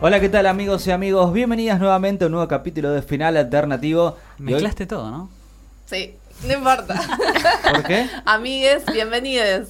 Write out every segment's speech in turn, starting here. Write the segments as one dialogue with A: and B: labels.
A: Hola, ¿qué tal amigos y amigos? Bienvenidas nuevamente a un nuevo capítulo de Final Alternativo. Y hoy-
B: Mezclaste todo, ¿no?
C: Sí, no importa.
A: ¿Por qué?
C: Amigues, bienvenidos.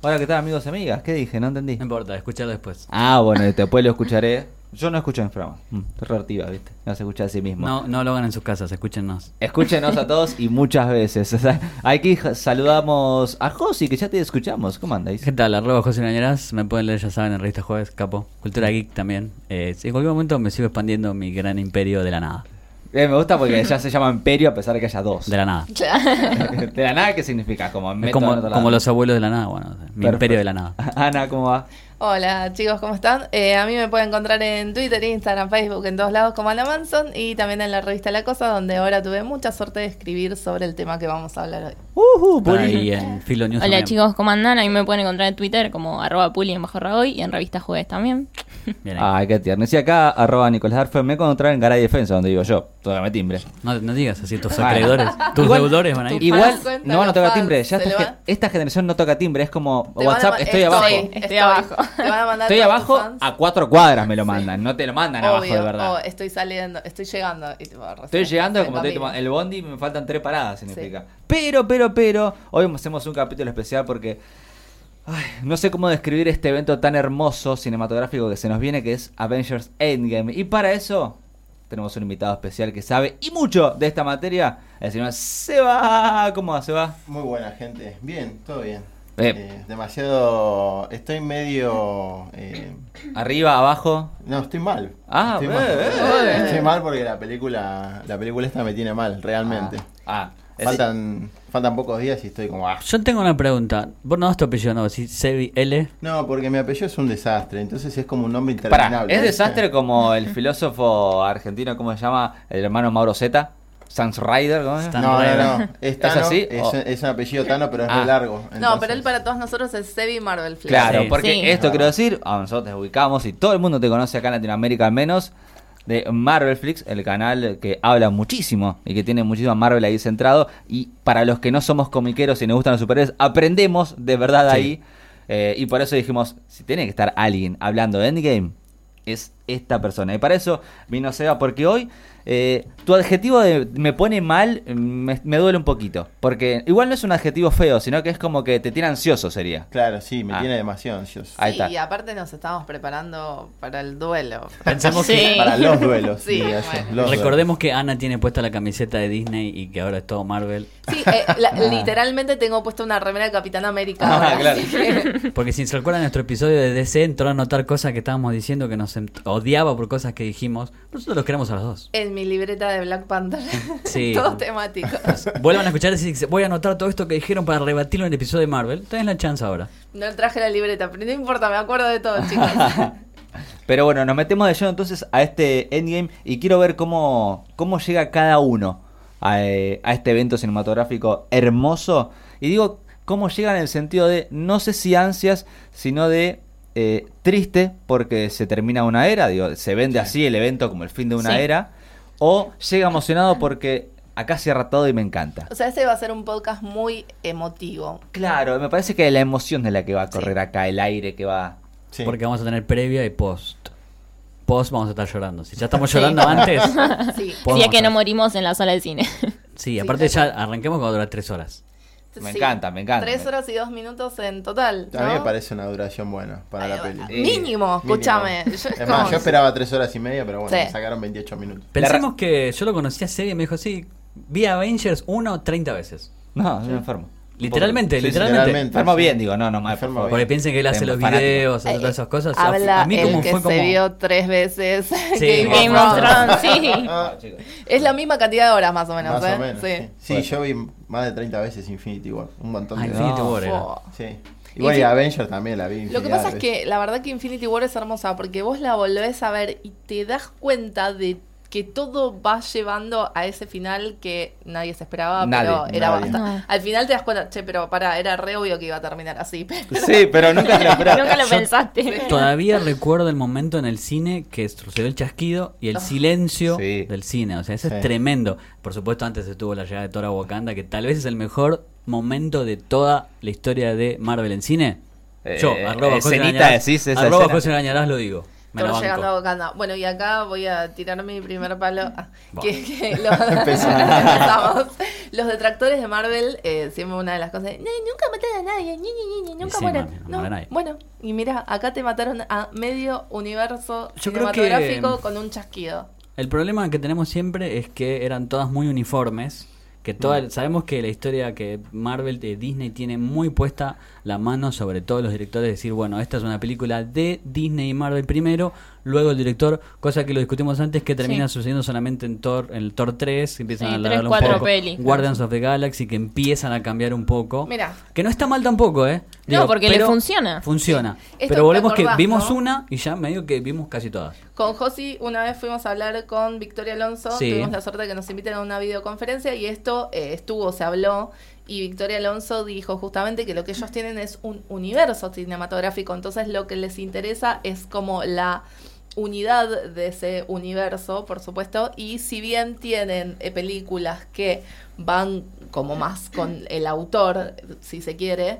A: Hola, ¿qué tal amigos y amigas? ¿Qué dije? No entendí.
B: No importa, escuchalo después.
A: Ah, bueno, después lo escucharé. Yo no escucho en Frama. Mm, es reactiva, ¿viste? No se escucha a sí mismo.
B: No, no lo hagan en sus casas, escúchennos.
A: Escúchenos a todos y muchas veces. O sea, Aquí ja- saludamos a Josi, que ya te escuchamos. ¿Cómo andáis?
B: ¿Qué tal? Arroba José Nañeras, me pueden leer, ya saben, en Revista Jueves, capo. Cultura Geek también. Eh, en cualquier momento me sigo expandiendo mi gran imperio de la nada.
A: Eh, me gusta porque ya se llama Imperio a pesar de que haya dos.
B: De la nada.
A: De la nada, ¿qué significa? Como,
B: Es
A: meto en
B: como,
A: otro
B: como
A: lado.
B: los abuelos de la nada, bueno, o sea, mi
A: Perfecto.
B: imperio de la nada.
A: Ana, ¿cómo va?
C: Hola chicos, ¿cómo están? Eh, a mí me pueden encontrar en Twitter, Instagram, Facebook, en todos lados como Ana Manson y también en la revista La Cosa, donde ahora tuve mucha suerte de escribir sobre el tema que vamos a hablar hoy.
A: Uhu,
B: Ahí en Filo News.
D: Hola
B: también.
D: chicos, ¿cómo andan? A mí me pueden encontrar en Twitter como arroba puli en bajo ragoy y en revista jueves también.
B: Bien ahí.
A: Ay, qué tierno. Y acá, arroba Nicolás Arfe, me encontrarán en Garay Defensa, donde digo yo. Todavía me timbre.
B: No, no digas así, tus
A: Vale.
B: acreedores, tus
A: Igual-
B: deudores van a ir.
A: Igual,
C: Cuenta
A: no van a
C: los
A: tocar
C: fans,
A: timbre. Ya
C: se
A: esta,
C: le
A: gen-
C: va.
A: esta generación no toca timbre. Es como
C: Te van a
A: WhatsApp,
C: ma-
A: estoy
C: estoy,
A: abajo.
D: estoy abajo.
C: Te van a mandar
A: Estoy
C: todos tus
A: abajo,
C: fans.
A: a cuatro cuadras me lo mandan. No te lo mandan abajo,
C: Obvio, oh,
A: de verdad.
C: o estoy saliendo, estoy llegando. y tipo, recién
A: Estoy llegando,
C: me
A: como estoy
C: camino.
A: tomando el bondi, me faltan tres paradas, significa. Pero, pero, pero, hoy hacemos un capítulo especial porque ay, no sé cómo describir este evento tan hermoso cinematográfico que se nos viene, que es Avengers Endgame. Y para eso tenemos un invitado especial que sabe y mucho de esta materia, el señor Seba. ¿Cómo va, Seba?
E: Muy buena gente, bien, todo bien.
A: Eh.
E: Eh, demasiado, estoy medio, eh,
A: Arriba, abajo.
E: no, estoy mal.
A: Ah,
E: estoy,
A: eh,
E: mal.
A: eh,
E: estoy mal porque la película, la película esta me tiene mal, realmente.
A: Ah, ah,
E: Faltan, faltan pocos días y estoy como. ah.
B: Yo tengo una pregunta. Vos no das tu apellido, no, si Sebi L.
E: No, porque mi apellido es un desastre, entonces es como un nombre
A: es- pará,
E: interminable.
A: es
E: ¿viste?
A: desastre como el filósofo argentino, ¿cómo se llama? El hermano Mauro Zeta. Sans Rider, ¿cómo se llama?
B: Stan
E: No, no, no.
A: ¿Es
E: Es Tano, es,
A: así? O-
E: es un apellido Tano, pero es
A: Ah.
E: muy largo.
C: No,
E: entonces-
C: pero él para todos nosotros es Sebi Marvel Flash.
A: Claro,
B: Sí.
A: porque
D: Sí.
A: esto quiero decir, a nosotros te ubicamos y todo el mundo te conoce acá en Latinoamérica al menos de Marvelflix, el canal que habla muchísimo y que tiene muchísima Marvel ahí centrado y para los que no somos comiqueros y nos gustan los superhéroes, aprendemos de verdad
B: Sí.
A: ahí Eh, y por eso dijimos, si tiene que estar alguien hablando de Endgame, es esta persona. Y para eso vino Seba, porque hoy eh, tu adjetivo de me pone mal me, me duele un poquito. Porque igual no es un adjetivo feo, sino que es como que te tiene ansioso sería.
E: Claro, sí, me
A: Ah.
E: tiene demasiado ansioso.
A: Ahí
C: sí,
A: está.
C: y aparte nos estamos preparando para el duelo.
B: Pensemos que.
D: Sí.
E: Para los duelos,
C: Sí,
E: diría yo,
C: bueno.
E: los duelos.
B: Recordemos que Ana tiene puesta la camiseta de Disney y que ahora es todo Marvel.
C: Sí, eh, la- literalmente tengo puesto una remera de Capitán América.
A: Ah,
C: ahora.
A: claro.
B: Porque si se recuerdan nuestro episodio de DC, entró a notar cosas que estábamos diciendo que nos ent- odiaba por cosas que dijimos. Nosotros los queremos a los dos.
C: En mi libreta de Black Panther.
B: Sí.
C: Todo temático.
B: Vuelvan a escuchar y si dicen, voy a anotar todo esto que dijeron para rebatirlo en el episodio de Marvel. Tenés la chance ahora.
C: No traje la libreta, pero no importa, me acuerdo de todo, chicos.
A: Pero bueno, nos metemos de lleno entonces a este endgame y quiero ver cómo, cómo llega cada uno a, eh, a este evento cinematográfico hermoso. Y digo, cómo llega en el sentido de, no sé si ansias, sino de eh, triste porque se termina una era, digo, se vende así el evento como el fin de una
D: Sí.
A: era, o llega emocionado porque acá cierra todo y me encanta.
C: O sea, ese va a ser un podcast muy emotivo.
A: Claro, me parece que la emoción de la que va a correr acá, el aire que va...
E: Sí.
B: Porque vamos a tener previa y post. Post vamos a estar llorando. Si ya estamos
D: Sí.
B: llorando antes. post
C: Sí.
D: Si
B: vamos a
D: es que no
B: estar-
D: morimos en la sala de cine.
B: Sí, aparte ya arranquemos cuando dura tres horas.
A: Me
C: Sí.
A: encanta, me encanta.
C: Tres horas y dos minutos en total.
E: A mí me
C: ¿no?
E: parece una duración buena para la
C: Ay,
E: peli.
C: ah, Mínimo, escúchame. Yo,
E: Yo, es
C: como-
E: más, yo esperaba tres horas y media, pero bueno,
C: Sí.
E: me sacaron 28 minutos.
B: Pensemos que yo lo conocí a Sebi y me dijo, sí, vi Avengers 1 30 veces.
A: No, yo me enfermo.
B: Literalmente,
A: Sí, sí,
B: literalmente.
E: literalmente.
A: Enfermo
E: Sí.
A: bien, digo, no, no, mal. por
E: Enfermo
A: favor.
B: Porque piensen que él hace
A: Tengo
B: los
A: fanático.
B: videos, hace
C: Eh,
B: todas esas cosas. A-
C: Habla
B: a mí
C: el
B: como
C: que
B: fue como...
C: se vio tres veces Game of
D: Game of
C: Thrones.
D: Thrones, sí.
E: Ah,
C: Es la misma cantidad de horas más o menos,
E: más
C: ¿eh?
E: o menos. Sí, Sí, yo vi más de 30 veces Infinity War. Un montón
B: Ah,
E: de
B: Infinity
A: No.
B: War era.
C: Fua.
E: Sí. Igual y
C: Infinity-
E: Avenger también la vi.
C: Lo que
E: infinidad
C: pasa es
E: de
C: que la verdad que Infinity War es hermosa porque vos la volvés a ver y te das cuenta de que todo va llevando a ese final que nadie se esperaba, pero
A: Nadie,
C: era
E: nadie.
C: basta.
D: No.
C: Al final te das cuenta, che, pero pará, era re obvio que iba a terminar así. pero-
A: Sí, pero nunca te lo esperaba.
D: Nunca lo
B: Yo-
D: pensaste.
B: Todavía recuerdo el momento en el cine que sucedió el chasquido
C: Ah.
B: y el silencio
A: Sí.
B: del cine. O sea, eso es
E: Sí.
B: tremendo. Por supuesto, antes estuvo la llegada de Tora Wakanda, que tal vez es el mejor momento de toda la historia de Marvel en cine. Yo,
A: Eh,
B: arroba José
A: escenita,
B: Arañarás-
A: decís esa
B: arroba
A: escena.
B: José Arañarás lo digo. Me lo
C: Estamos
B: banco.
C: llegando a Wakanda. Bueno, y acá voy a tirar mi primer palo. Ah,
B: Va.
C: que- que los,
E: Empezamos.
C: empezamos. Los detractores de Marvel, eh, siempre una de las cosas, de, "Ni- nunca matan a nadie, ni, ni, ni, ni, nunca
B: sí,
C: mueren.
B: mami, no
C: No,
B: matan a nadie.
C: Bueno, y mira, acá te mataron a medio universo
B: Yo creo que-
C: cinematográfico con un chasquido.
B: El problema que tenemos siempre es que eran todas muy uniformes. Que toda,
D: Mm.
B: Sabemos que la historia que Marvel de Disney tiene muy puesta la mano sobre todos los directores. Decir, bueno, esta es una película de Disney y Marvel primero, luego el director, cosa que lo discutimos antes, que termina
D: Sí.
B: sucediendo solamente en Thor, en el Thor 3, empiezan
D: Sí,
B: a
D: tres,
B: alargarlo un
D: cuatro
B: poco.
D: pelis.
B: Guardians of the Galaxy, que empiezan a cambiar un poco.
C: Mirá.
B: Que no está mal tampoco, ¿eh? Digo,
D: porque le
B: pero
D: funciona.
B: Funciona.
C: Sí. Esto
B: Pero volvemos
C: te
B: que
C: acordás,
B: vimos
C: ¿no?
B: una y ya medio que vimos casi todas.
C: Con Josi una vez fuimos a hablar con Victoria Alonso,
B: Sí.
C: tuvimos la suerte de que nos inviten a una videoconferencia y esto eh, estuvo, se habló y Victoria Alonso dijo justamente que lo que ellos tienen es un universo cinematográfico, entonces lo que les interesa es como la unidad de ese universo, por supuesto, y si bien tienen eh, películas que van como más con el autor, si se quiere,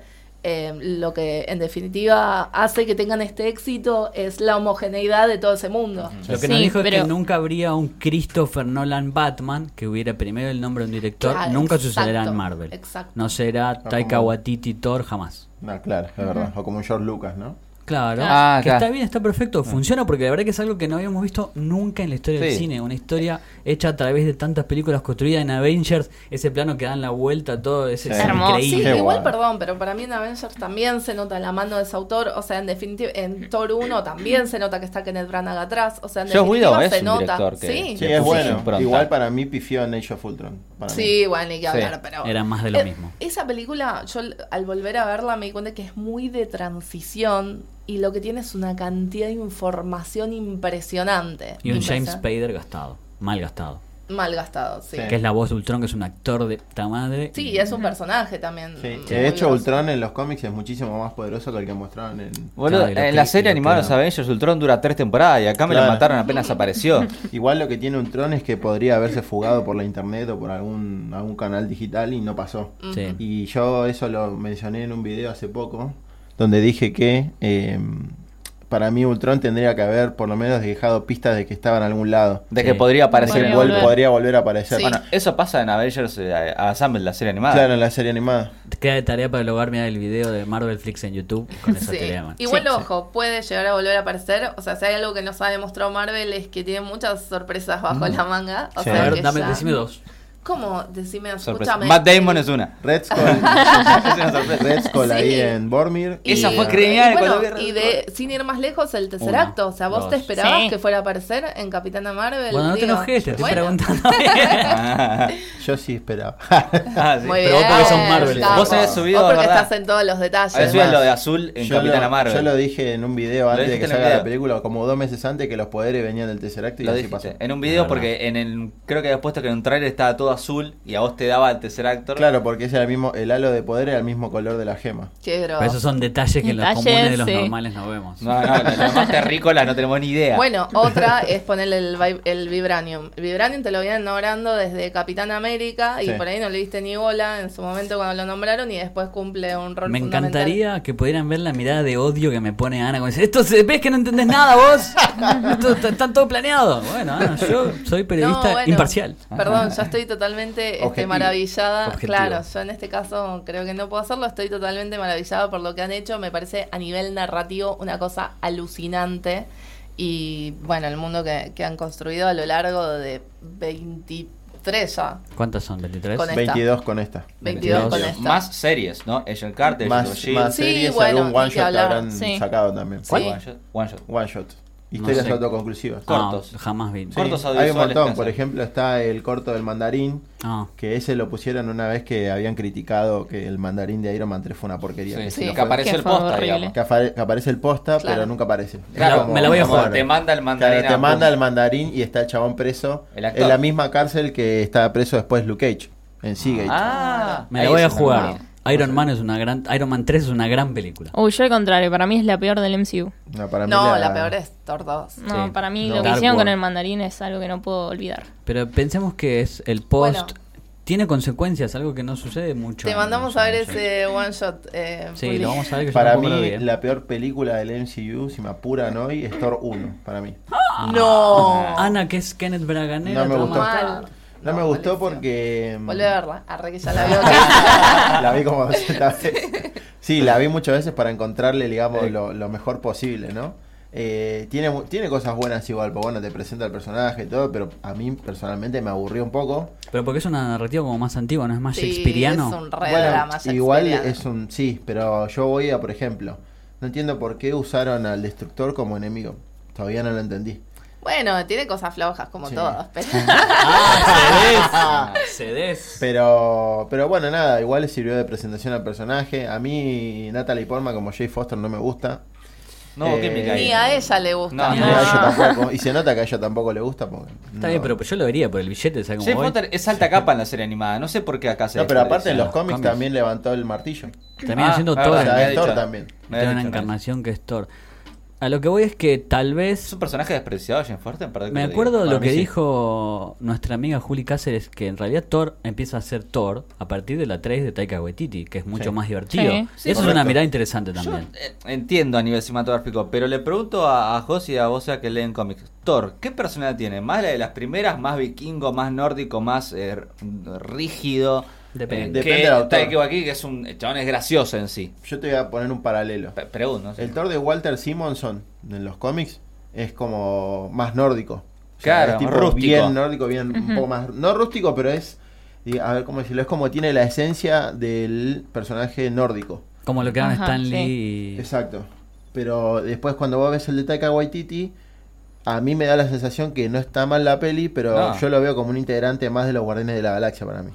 C: eh, lo que en definitiva hace que tengan este éxito es la homogeneidad de todo ese mundo.
B: Lo que nos
D: Sí,
B: dijo es
D: pero-
B: que nunca habría un Christopher Nolan Batman que hubiera primero el nombre de un director.
C: Claro,
B: nunca
C: exacto,
B: sucederá en Marvel.
C: exacto.
B: No será Taika
E: como-
B: Waititi Thor jamás.
E: No, claro, es verdad. O como George Lucas, ¿no?
B: Claro,
A: Ah,
B: que
A: claro.
B: está bien, está perfecto, funciona porque la verdad que es algo que no habíamos visto nunca en la historia del
A: Sí.
B: cine, una historia hecha a través de tantas películas construidas en Avengers, ese plano que dan la vuelta, todo ese
E: Sí.
B: es
D: Hermoso.
C: Sí,
B: increíble.
E: Qué
C: igual,
E: guay.
C: perdón, pero para mí en Avengers también se nota la mano de ese autor. O sea, en definitiva, en Thor 1 también se nota que está Kenneth Branagh atrás. O sea, en
A: Joss
C: definitiva
A: Whedon es
C: se
A: un
C: nota.
A: director que-
C: sí.
E: Sí,
A: Le
E: es
A: puso
E: bueno.
A: su impronta.
E: Igual para mí pifió en Age of Ultron. Para mí.
C: Sí, bueno, hay que
A: Sí.
C: hablar, pero.
B: Era más de lo
C: Eh,
B: mismo.
C: Esa película, yo l- al volver a verla me di cuenta que es muy de transición y lo que tiene es una cantidad de información impresionante.
B: Y un James
C: Impresionante.
B: Spader gastado, mal gastado,
C: Mal gastado, sí.
A: Eh.
E: Sí.
B: que es la voz de Ultron, que es un actor de puta madre.
C: Sí,
B: y-
C: y es un personaje también. mm,
E: Sí.
C: muy
E: De hecho,
C: grosso.
E: Ultron en los cómics es muchísimo más poderoso que el que mostraron en.
A: Boludo,
B: Claro, y lo
A: en la
B: que- y lo que
A: serie animada de
B: no.
A: los Avengers, Ultron dura tres temporadas y acá me la
E: Claro.
A: mataron apenas apareció.
E: Igual lo que tiene Ultron es que podría haberse fugado por la internet o por algún, algún canal digital y no pasó.
B: Sí.
E: Y yo eso lo mencioné en un video hace poco, donde dije que eh, para mí Ultron tendría que haber por lo menos dejado pistas de que estaba en algún lado.
A: De
B: Sí.
A: que podría aparecer
E: Podría
A: en
E: vol-
A: vuelvo.
D: volver.
E: podría volver a aparecer.
C: Sí.
A: Bueno, eso pasa en Avengers eh, Assemble, la serie animada.
E: Claro, en la serie animada.
B: Te queda de tarea para lograr mirar el video de Marvel Flix en YouTube con esa
C: Sí.
B: teoría, man.
C: Igual,
B: Sí,
C: ojo, puede llegar a volver a aparecer. O sea, si hay algo que nos ha demostrado Marvel es que tiene muchas sorpresas bajo la manga. O
E: Mm.
B: sí.
E: Sí.
C: sea,
B: A
C: que
B: ver, dame,
C: ya-
B: decime dos.
C: ¿Cómo? Decime,
A: Sorpresa.
C: escúchame.
A: Matt Damon es una.
E: Red Skull. Red Skull
C: Sí.
E: ahí en Bormir.
C: Y-
A: Esa fue
E: eh,
A: genial
C: y bueno,
A: cuando vi-
C: y de, sin ir más lejos, el tercer
B: Una,
C: acto. O sea, vos
B: dos.
C: te esperabas
D: Sí.
C: que fuera a aparecer en Capitana Marvel.
B: Bueno, no te
C: Digo,
B: enojes, te estoy
C: bueno,
B: preguntando.
A: Ah,
E: Yo sí esperaba.
A: sí.
C: Muy
B: Pero vos
C: bien,
B: porque sos Marvel.
C: capo.
E: Vos habías
A: subido,
C: Vos porque
A: ¿verdad?
C: estás en todos los detalles.
A: Habías subido
E: Además,
A: lo de azul en
E: Yo
A: Capitana
E: lo-
A: Marvel.
E: Yo lo dije en un video antes de
A: dijiste
E: que
A: en el
E: salga la
A: video.
E: película, como dos meses antes, que los poderes venían del Tesseract y
A: Lo
E: así
A: dijiste.
E: pasó.
A: En un
B: Es
A: video
B: verdad.
A: porque en el creo que habías puesto que en un tráiler estaba todo azul y a vos te daba el tercer actor.
E: Claro, porque ese era el mismo, el halo de poder era el mismo color de la gema.
C: Qué grosso.
B: Pero esos son detalles que en los
D: Detalles,
B: comunes de los
D: sí.
B: normales no vemos.
A: No, no, no, los más terrícolas no tenemos ni idea.
C: Bueno, otra es ponerle el, vi- el Vibranium. El Vibranium te lo vienen nombrando desde Capitán América y
E: Sí.
C: por ahí no le diste ni bola en su momento cuando lo nombraron y después cumple un rol
B: me
C: fundamental.
B: encantaría que pudieran ver la mirada de odio que me pone Ana. Como dice, esto se- ves que no entendés nada vos. Esto está- está todo planeado. Bueno, Ana, yo soy periodista
C: No, bueno,
B: imparcial.
C: Perdón, yo estoy totalmente este,
E: Objetivo.
C: maravillada.
B: Objetivo.
C: Claro, yo en este caso creo que no puedo hacerlo. Estoy totalmente maravillada por lo que han hecho. Me parece a nivel narrativo una cosa alucinante. Y bueno, el mundo que, que han construido a lo largo de 23 ya.
B: ¿Cuántas son? ¿23?
C: Con esta.
E: 22 con esta.
C: 22 con
A: Bien.
C: esta.
A: Más series, ¿no? Agent Carter, Agent
E: Más,
A: Shield.
E: más
C: Sí,
E: series,
C: bueno,
E: algún one
C: ni que
E: shot que
C: hablar.
E: habrán
D: Sí.
E: sacado también.
C: Sí.
A: One shot. One shot.
E: One shot. Historias
B: sé.
E: autoconclusivas.
B: Ah,
A: Cortos.
B: jamás vi.
E: Sí,
A: cortos
E: Hay un
A: audiovisuales que
E: montón,
A: hacen.
E: por ejemplo está el corto del mandarín,
B: Ah.
E: que ese lo pusieron una vez que habían criticado que el mandarín de Iron Man 3 fue una porquería.
A: Sí,
E: que
A: sí,
E: si no
A: que
E: fue-
A: aparece
D: Que
A: el
D: fue
A: posta,
D: horrible.
A: digamos.
E: que afa- que aparece el posta,
C: Claro.
E: pero nunca aparece. Es
A: Claro,
E: como-
B: me la voy a
E: como-
B: jugar.
A: Te manda el mandarín.
E: Claro, te manda el mandarín y está el chabón preso
A: El actor.
E: en la misma cárcel que está preso después Luke Cage, en Seagate.
A: Ah,
B: Me la
A: ahí
B: voy a
A: es una
B: jugar.
A: mierda.
B: Iron Man es una gran Iron Man 3 es una gran película.
D: Uy, yo al contrario, para mí es la peor del MCU.
E: No, para mí
C: No, la peor es Thor 2.
D: No,
B: Sí.
D: para mí
E: No.
D: lo que
B: Dark
D: hicieron con
B: World.
D: el mandarín es algo que no puedo olvidar.
B: Pero pensemos que es el post tiene consecuencias, algo que no sucede mucho.
C: Te
B: en los
C: mandamos a ver
B: años
C: ese one shot. eh,
B: Sí,
C: Juli.
B: lo vamos a ver que yo
E: Para
B: tampoco lo vi,
E: mí,
B: eh.
E: la peor película del MCU, si me apuran hoy, es Thor 1, para mí.
C: Ah, No.
B: Ana, que es Kenneth Braganera.
E: No me
B: te
E: gustó.
B: vamos a-
C: Mal.
E: No, me
C: No,
E: gustó
C: malísimo.
E: porque... mm,
C: Volvé a verla. Arre que ya la veo acá.
E: la vi como 200 veces. Sí, la vi muchas veces para encontrarle, digamos, lo, lo mejor posible, ¿no? Eh, tiene, mu- tiene cosas buenas igual, pues bueno, te presenta el personaje y todo, pero a mí personalmente me aburrió un poco.
B: Pero porque es una narrativa como más antigua, no es más
C: Sí,
B: shakespeariano.
C: Es un re
E: Bueno,
C: drama
E: igual
C: shakespeariano.
E: es un... Sí, pero yo voy a, por ejemplo, no entiendo por qué usaron al destructor como enemigo. Todavía no lo entendí.
C: Bueno, tiene cosas flojas como
E: Sí.
C: todos, pero
B: Ah, cedes. Cedes.
E: Pero, pero bueno, nada, igual le sirvió de presentación al personaje. A mí Natalie Portman como Jay Foster no me gusta.
A: No,
E: Eh,
A: ¿qué me cae?
C: ni a ella le gusta.
A: No,
E: Ni
A: no.
E: a ella tampoco. Y se nota que a ella tampoco le gusta. Porque,
B: Está
E: no.
B: bien, pero pues yo lo vería por el billete, ¿sabes cómo
A: Jay
B: voy?
A: Potter es alta capa en la serie animada. No sé por qué acá se. Ah,
E: No, pero aparte en los
B: los
E: cómics
B: cómics.
E: también levantó el martillo. Ah,
B: Termina siendo
A: todo
B: Thor.
E: verdad,
B: ¿no?
E: es Thor también.
B: Tiene una encarnación que es Thor. A lo que voy es que tal
A: Es
B: vez.
A: un personaje despreciado, Jane Forten. perdón que
B: Me
A: lo diga.
B: acuerdo de
A: Para
B: lo
A: mí
B: que
A: sí.
B: dijo nuestra amiga Juli Cáceres, que en realidad Thor empieza a ser Thor a partir de la 3 de Taika Waititi, que es mucho
E: Sí.
B: más divertido.
D: Sí.
B: Eso es una
E: Correcto.
B: mirada interesante
A: Yo
B: también.
A: eh, entiendo a nivel cinematográfico, pero le pregunto a, a Jos y a vos sea que leen cómics. Thor, ¿qué personalidad tiene? ¿Más la de las primeras, más vikingo, más nórdico, más eh, r- rígido?
B: Depende.
A: Eh, que
E: Depende del autor.
A: Taika Waititi, que es un el chabón es gracioso en sí.
E: Yo te voy a poner un paralelo.
A: Pe- Pregunto. no sé.
E: El Thor de Walter Simonson en los cómics es como más nórdico.
A: Claro,
E: es tipo
A: más rústico.
E: bien nórdico, bien un poco más. No rústico, pero es. diga- A ver cómo decirlo. Es como tiene la esencia del personaje nórdico.
B: Como lo que eran
D: Ajá,
B: Stan
D: sí.
B: Lee y-
E: Exacto. Pero después cuando vos ves el de Taika Waititi, a mí me da la sensación que no está mal la peli, pero
A: No.
E: yo lo veo como un integrante más de los Guardianes de la Galaxia para mí.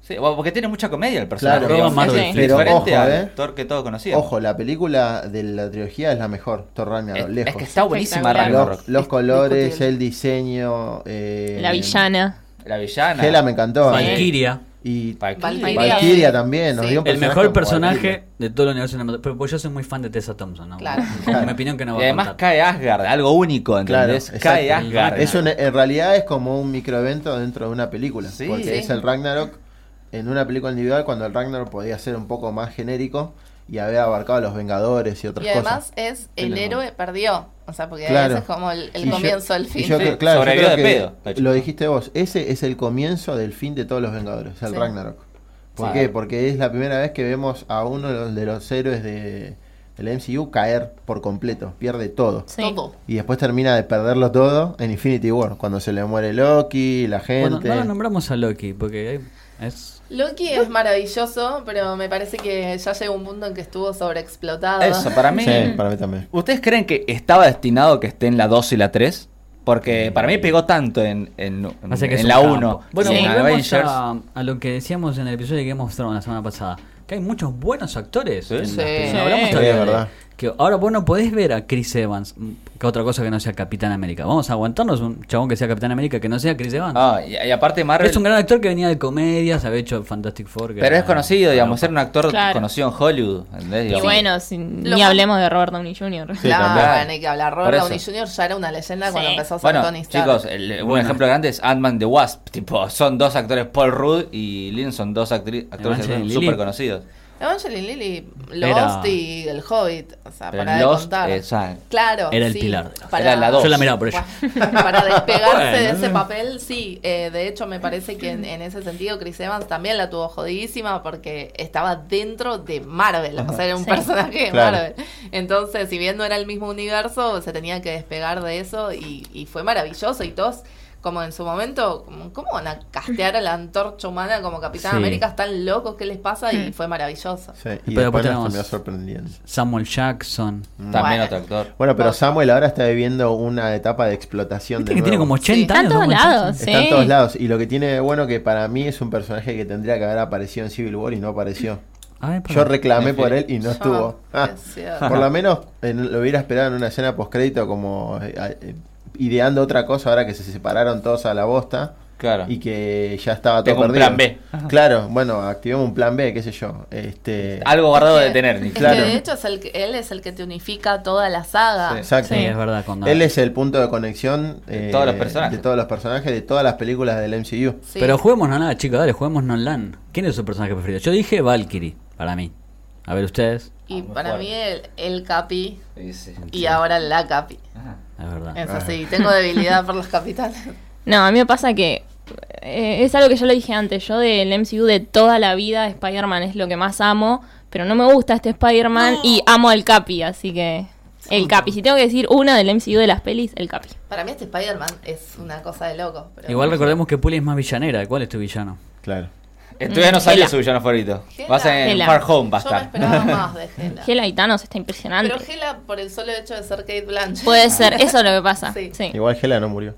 A: Sí, bueno, porque tiene mucha comedia el personaje.
E: Claro.
A: digamos.
B: Marvel,
A: Es
B: sí.
A: diferente
E: Pero ojo,
A: al
E: eh.
A: Thor que todos conocíamos.
E: Ojo, la película de la trilogía es la mejor, Thor
A: es,
E: Ragnarok,
A: es
E: lejos.
A: que está buenísima
D: Espectacular.
A: Ragnarok.
E: los, los
C: Es
E: colores,
C: discutible.
E: el diseño. eh,
D: La villana.
A: La villana.
E: Hela me encantó. eh.
B: Valkyria.
E: Y
A: Valkyrie.
C: Valkyrie.
E: Valkyria también. Nos
C: Sí.
E: dio un
B: El
E: personaje
B: mejor
E: como
B: personaje
E: Valkyrie.
B: de todo el universo cinematográfico. Pero pues yo soy muy fan de Tessa Thompson. ¿no?
C: Claro.
B: En mi opinión que no va
A: Y
B: a
A: además
B: contar.
A: cae Asgard, algo único,
E: Claro,
A: ¿entendés?
E: exacto.
A: cae Asgard.
E: Es un- en realidad es como un microevento dentro de una película.
A: Sí.
E: porque
A: Sí.
E: es el Ragnarok en una película individual cuando el Ragnarok podía ser un poco más genérico y haber abarcado a los Vengadores y otras
C: Y además
E: cosas.
C: es el
A: Tenés
C: héroe perdió. O sea, porque
E: Claro.
C: ese es como el, el
E: Y yo-
C: comienzo del
E: y
C: fin.
E: yo
A: Sí,
E: creo- claro, yo
A: sobrevivió
E: creo
A: de
E: que
A: pedo, de hecho.
E: Lo dijiste vos, ese es el comienzo del fin de todos los Vengadores, el
C: Sí.
E: Ragnarok. ¿Por
A: Sí.
E: qué? Porque es la primera vez que vemos a uno de los, de los héroes de, del MCU caer por completo, pierde todo.
D: Sí.
C: Todo.
E: Y después termina de perderlo todo en Infinity War, cuando se le muere Loki, la
B: Bueno,
E: gente.
B: no lo nombramos a Loki porque es.
C: Loki es maravilloso, pero me parece que ya llegó un punto en que estuvo sobreexplotado.
A: Eso, para mí.
E: Sí, para mí también.
A: ¿Ustedes creen que estaba destinado que esté en la 2 y la 3? Porque para mí pegó tanto en, en, en-
B: o sea Eh, que es
A: en
B: un
A: la
B: capo.
A: 1.
B: Bueno,
A: y en
B: volvemos
A: Avengers.
B: a, a lo que decíamos en el episodio de Game of Thrones la semana pasada. Que hay muchos buenos actores.
A: Sí.
B: en las
A: Sí.
B: películas.
D: Sí.
B: Hablamos
D: Sí,
B: todavía de-
E: verdad.
B: que ahora vos no podés ver a Chris Evans, mm, que otra cosa que no sea Capitán América. Vamos a aguantarnos un chabón que sea Capitán América que no sea Chris Evans.
A: Ah, y, y aparte Marvel.
B: Es un gran actor que venía de comedias, había hecho Fantastic Four. que
A: Pero
B: era-
A: es conocido, digamos, era un actor
D: Claro.
A: conocido en Hollywood. ¿entendés?
D: Y
A: Digamos.
D: bueno, sin-
C: Lo
D: ni
C: más-
D: hablemos de Robert Downey Jr.
E: Sí,
C: claro,
E: también.
C: bueno, hay que hablar.
A: Por
C: Robert
A: eso.
C: Downey Jr. ya era una leyenda
D: Sí.
C: cuando empezó a ser
A: Bueno,
C: Tony Stark.
A: chicos, el- un
B: Bueno.
A: ejemplo grande es Ant-Man the Wasp. Tipo, son dos actores, Paul Rudd y Lin, son dos actri- actores
B: Evangeline Lilly.
A: súper conocidos.
C: Evangeline Lilly,
B: Era-
C: Lost y El Hobbit. O sea,
A: Pero
C: para de
A: Lost,
C: contar.
A: eh, o sea,
C: claro.
B: era el
C: sí,
B: pilar de Lost.
A: Era la dos.
B: Yo la miraba por ella.
C: Bueno, Para despegarse de
B: Bueno,
C: ese
B: sí.
C: papel, sí. Eh, de hecho, me parece que en, en ese sentido Chris Evans también la tuvo jodidísima porque estaba dentro de Marvel. O sea, era un
D: Sí.
C: personaje de
E: Claro.
C: Marvel. Entonces, si bien no era el mismo universo, se tenía que despegar de eso y, y fue maravilloso. Y todos, como en su momento, como, ¿cómo van a castear a la antorcha humana como Capitán
B: Sí.
C: América? Están locos, ¿qué les pasa?
D: Hmm.
C: Y fue maravilloso.
E: Sí, y
B: Pero después
E: después nos
B: tenemos-
E: terminó sorprendiendo.
B: Samuel Jackson.
A: También
C: Bueno.
A: otro actor.
E: Bueno, pero
C: Vos-
E: Samuel ahora está viviendo una etapa de explotación
B: Viste
E: de
B: que tiene como
E: nuevo.
B: 80
D: Está
B: años.
D: en
B: Samuel
D: todos
B: Jackson.
D: lados.
E: Está en
D: Sí.
E: todos lados. Y lo que tiene de bueno que para mí es un personaje que tendría que haber aparecido en Civil War y no apareció.
B: A ver,
E: Yo
B: perdón.
E: reclamé por él y no
C: Ah,
E: estuvo. Ah,
C: precioso.
E: por lo menos eh, lo hubiera esperado en una escena postcrédito como eh, eh, ideando otra cosa ahora que se separaron todos a la bosta.
A: Claro.
E: y que ya estaba todo
A: Ah. Tengo un plan
E: perdido.
A: B.
E: Claro, bueno, activemos un plan B, qué sé yo. Este,
A: Algo guardado de
C: que-
A: tener,
C: es
A: Nick.
C: que
E: Claro.
C: de hecho es el que, él es el que te unifica toda la saga.
E: exacto.
D: Sí.
B: es verdad. Cuando
E: Él es el punto de conexión
A: De
E: eh,
A: todos los personajes.
E: de todos los personajes, de todas las películas del MCU.
C: Sí.
B: Pero juguemos no nada, chicos, dale, juguemos no LAN. ¿Quién es su personaje preferido? Yo dije Valkyrie, para mí. A ver ustedes,
C: y
A: Ah, muy
C: para
A: fuerte.
C: mí el, el Capi
A: Sí, sí.
C: y ahora la Capi.
B: es verdad.
C: Eso sí, tengo debilidad por los capitanes.
D: No, a mí me pasa que eh, es algo que yo lo dije antes. Yo del MCU de toda la vida, Spider-Man es lo que más amo, pero no me gusta este Spider-Man y amo al Capi, así que el Capi. Si tengo que decir una del MCU de las pelis, el Capi.
C: Para mí este Spider-Man es una cosa de loco. pero-
B: Igual recordemos que Puli es más villanera. ¿Cuál es tu villano?
E: Claro.
A: Eh, Todavía no salió
D: Gela.
A: su villano favorito.
C: Gela.
A: Va a ser en
D: Gela.
A: Far Home, va a
C: Yo me
A: estar.
C: esperaba más de Gela.
D: Gela y Thanos está impresionante.
C: Pero Gela por el solo hecho de ser Kate Blanchett.
D: Puede ser, eso es lo que pasa.
C: Sí.
D: sí.
E: Igual Gela no murió.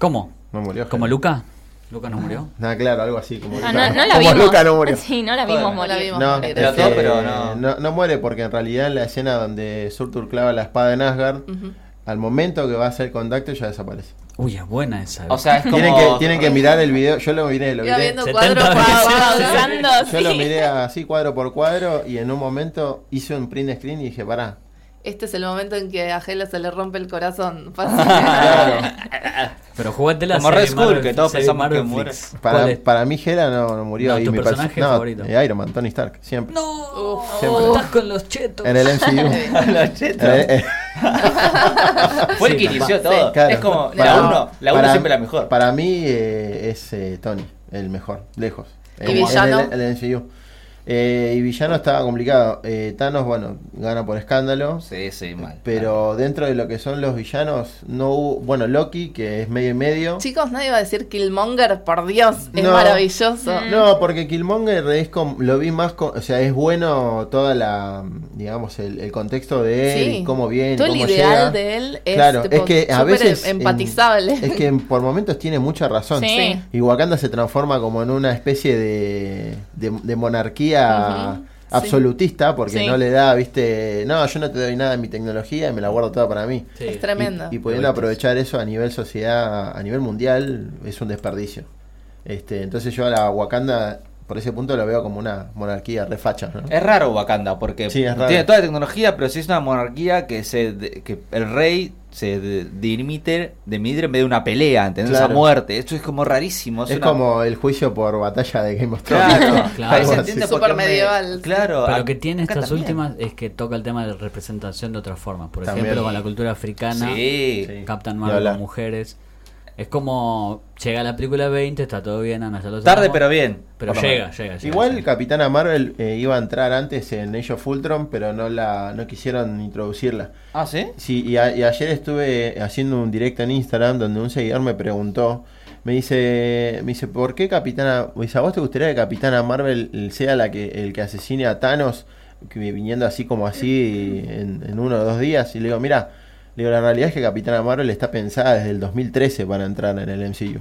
B: ¿Cómo?
E: No murió.
B: ¿Como
E: Gela.
B: Luca? ¿Luca no murió?
E: Nah, claro, algo así. Como,
D: Ah,
E: Luca.
D: no, no la
E: Como
D: vimos.
E: Luca no murió.
D: Sí, no la vimos
A: Joder,
C: no la
D: morir.
C: vimos.
E: No,
C: morir.
A: Pero
E: este,
A: todo, pero no.
E: no. no muere porque en realidad en la escena donde Surtur clava la espada de Asgard,
D: Mm.
C: Ujú.
E: al momento que va a hacer contacto ya desaparece.
B: Uy, es buena esa.
A: O sea, es como.
E: Tienen que, tienen que mirar el video. Yo lo miré, lo
C: Iba
E: miré.
C: viendo
B: 70
C: cuadro por
B: veces.
C: cuadro.
D: Avanzando,
E: Yo lo
D: sí.
E: miré así cuadro por cuadro y en un momento hice un print screen y dije, pará.
C: Este es el momento en que a Gela se le rompe el corazón.
B: Pero jugátela
A: Como
B: serie
A: Red Skull,
B: Marvel-
A: que todos
B: serie
A: pensamos
B: Marvel
A: que muere.
B: Flix. ¿Cuál
E: Para,
B: es?
E: para mí Gela no, no murió.
B: No,
E: y
B: tu
E: mi pers-
B: personaje
E: no,
B: favorito.
E: eh, Iron Man, Tony Stark, siempre.
B: No,
C: Uf.
E: Siempre.
B: estás con los chetos.
E: En el MCU.
A: Los chetos.
E: Eh, eh,
A: Fue el que
B: Sí,
A: inició
C: papá.
A: todo.
C: Sí,
E: claro.
A: Es como
C: Para-
A: la 1, la 1
E: para-
A: siempre la mejor.
E: Para mí eh, es eh, Tony, el mejor, lejos.
C: ¿Y
E: En-
C: villano?
E: En el, en el MCU. Eh, y villano estaba complicado. Eh, Thanos, bueno, gana por escándalo.
A: Sí, sí, mal.
E: Pero dentro de lo que son los villanos, no hubo. Bueno, Loki, que es medio y medio.
C: Chicos, nadie va a decir Killmonger, por Dios, es
E: No.
C: maravilloso.
E: No, porque Killmonger es com- lo vi más, co- o sea, es bueno toda la, digamos, el, el contexto de él,
C: Sí.
E: y cómo viene,
C: Todo el
E: cómo
C: ideal
E: llega.
C: de él es,
E: claro,
C: tipo,
E: es que a
C: súper
E: veces
C: empatizable.
E: en- es que en- por momentos tiene mucha razón.
D: Sí.
E: Y Wakanda se transforma como en una especie de, de, de monarquía
C: Ujú, sí.
E: absolutista porque
D: Sí.
E: no le da, viste, no, yo no te doy nada de mi tecnología y me la guardo toda para mí.
B: Sí.
C: Es tremendo.
E: Y, y pudiendo aprovechar eso a nivel sociedad, a nivel mundial, es un desperdicio. Este, entonces yo a la Wakanda, por ese punto, lo veo como una monarquía refacha, ¿no?
A: Es raro Wakanda, porque
E: Sí, es raro.
A: tiene toda la tecnología, pero sí es una monarquía que se de- que el rey se de- delimite de medir en vez de una pelea, ¿entendés?
E: Claro.
A: A muerte. Esto es como rarísimo.
E: Es,
A: una-
E: como el juicio por batalla de Game of Thrones.
A: Claro,
B: Claro.
A: Ahí se
E: Algo
A: entiende
E: así.
A: por qué me-
C: Supermedieval.
A: Claro.
B: Pero lo
A: acá-
B: que tiene
A: acá
B: estas
A: también.
B: últimas es que toca el tema de representación de otras formas. Por
E: También.
B: ejemplo, con la cultura africana,
A: Sí.
E: Sí.
B: Captain
E: Ni
B: Marvel
E: hablar.
B: con mujeres. Es como llega la película 20, está todo bien, Ana, ya lo
A: Tarde
B: sabemos,
A: pero bien.
B: Pero
A: Por lo
B: llega,
A: menos.
B: llega, llega.
E: Igual
B: sí.
E: Capitana Marvel eh, iba a entrar antes en Age of Ultron, pero no la no quisieron introducirla.
A: Ah, ¿sí?
E: Sí, y, a- y ayer estuve haciendo un directo en Instagram donde un seguidor me preguntó, me dice, me dice, ¿por qué Capitana, me dice, ¿a vos te gustaría que Capitana Marvel sea la que el que asesine a Thanos que viniendo así como así en, en uno o dos días? Y le digo, mira, le digo, la realidad es que Capitana Marvel está pensada desde el 2013 para entrar en el MCU.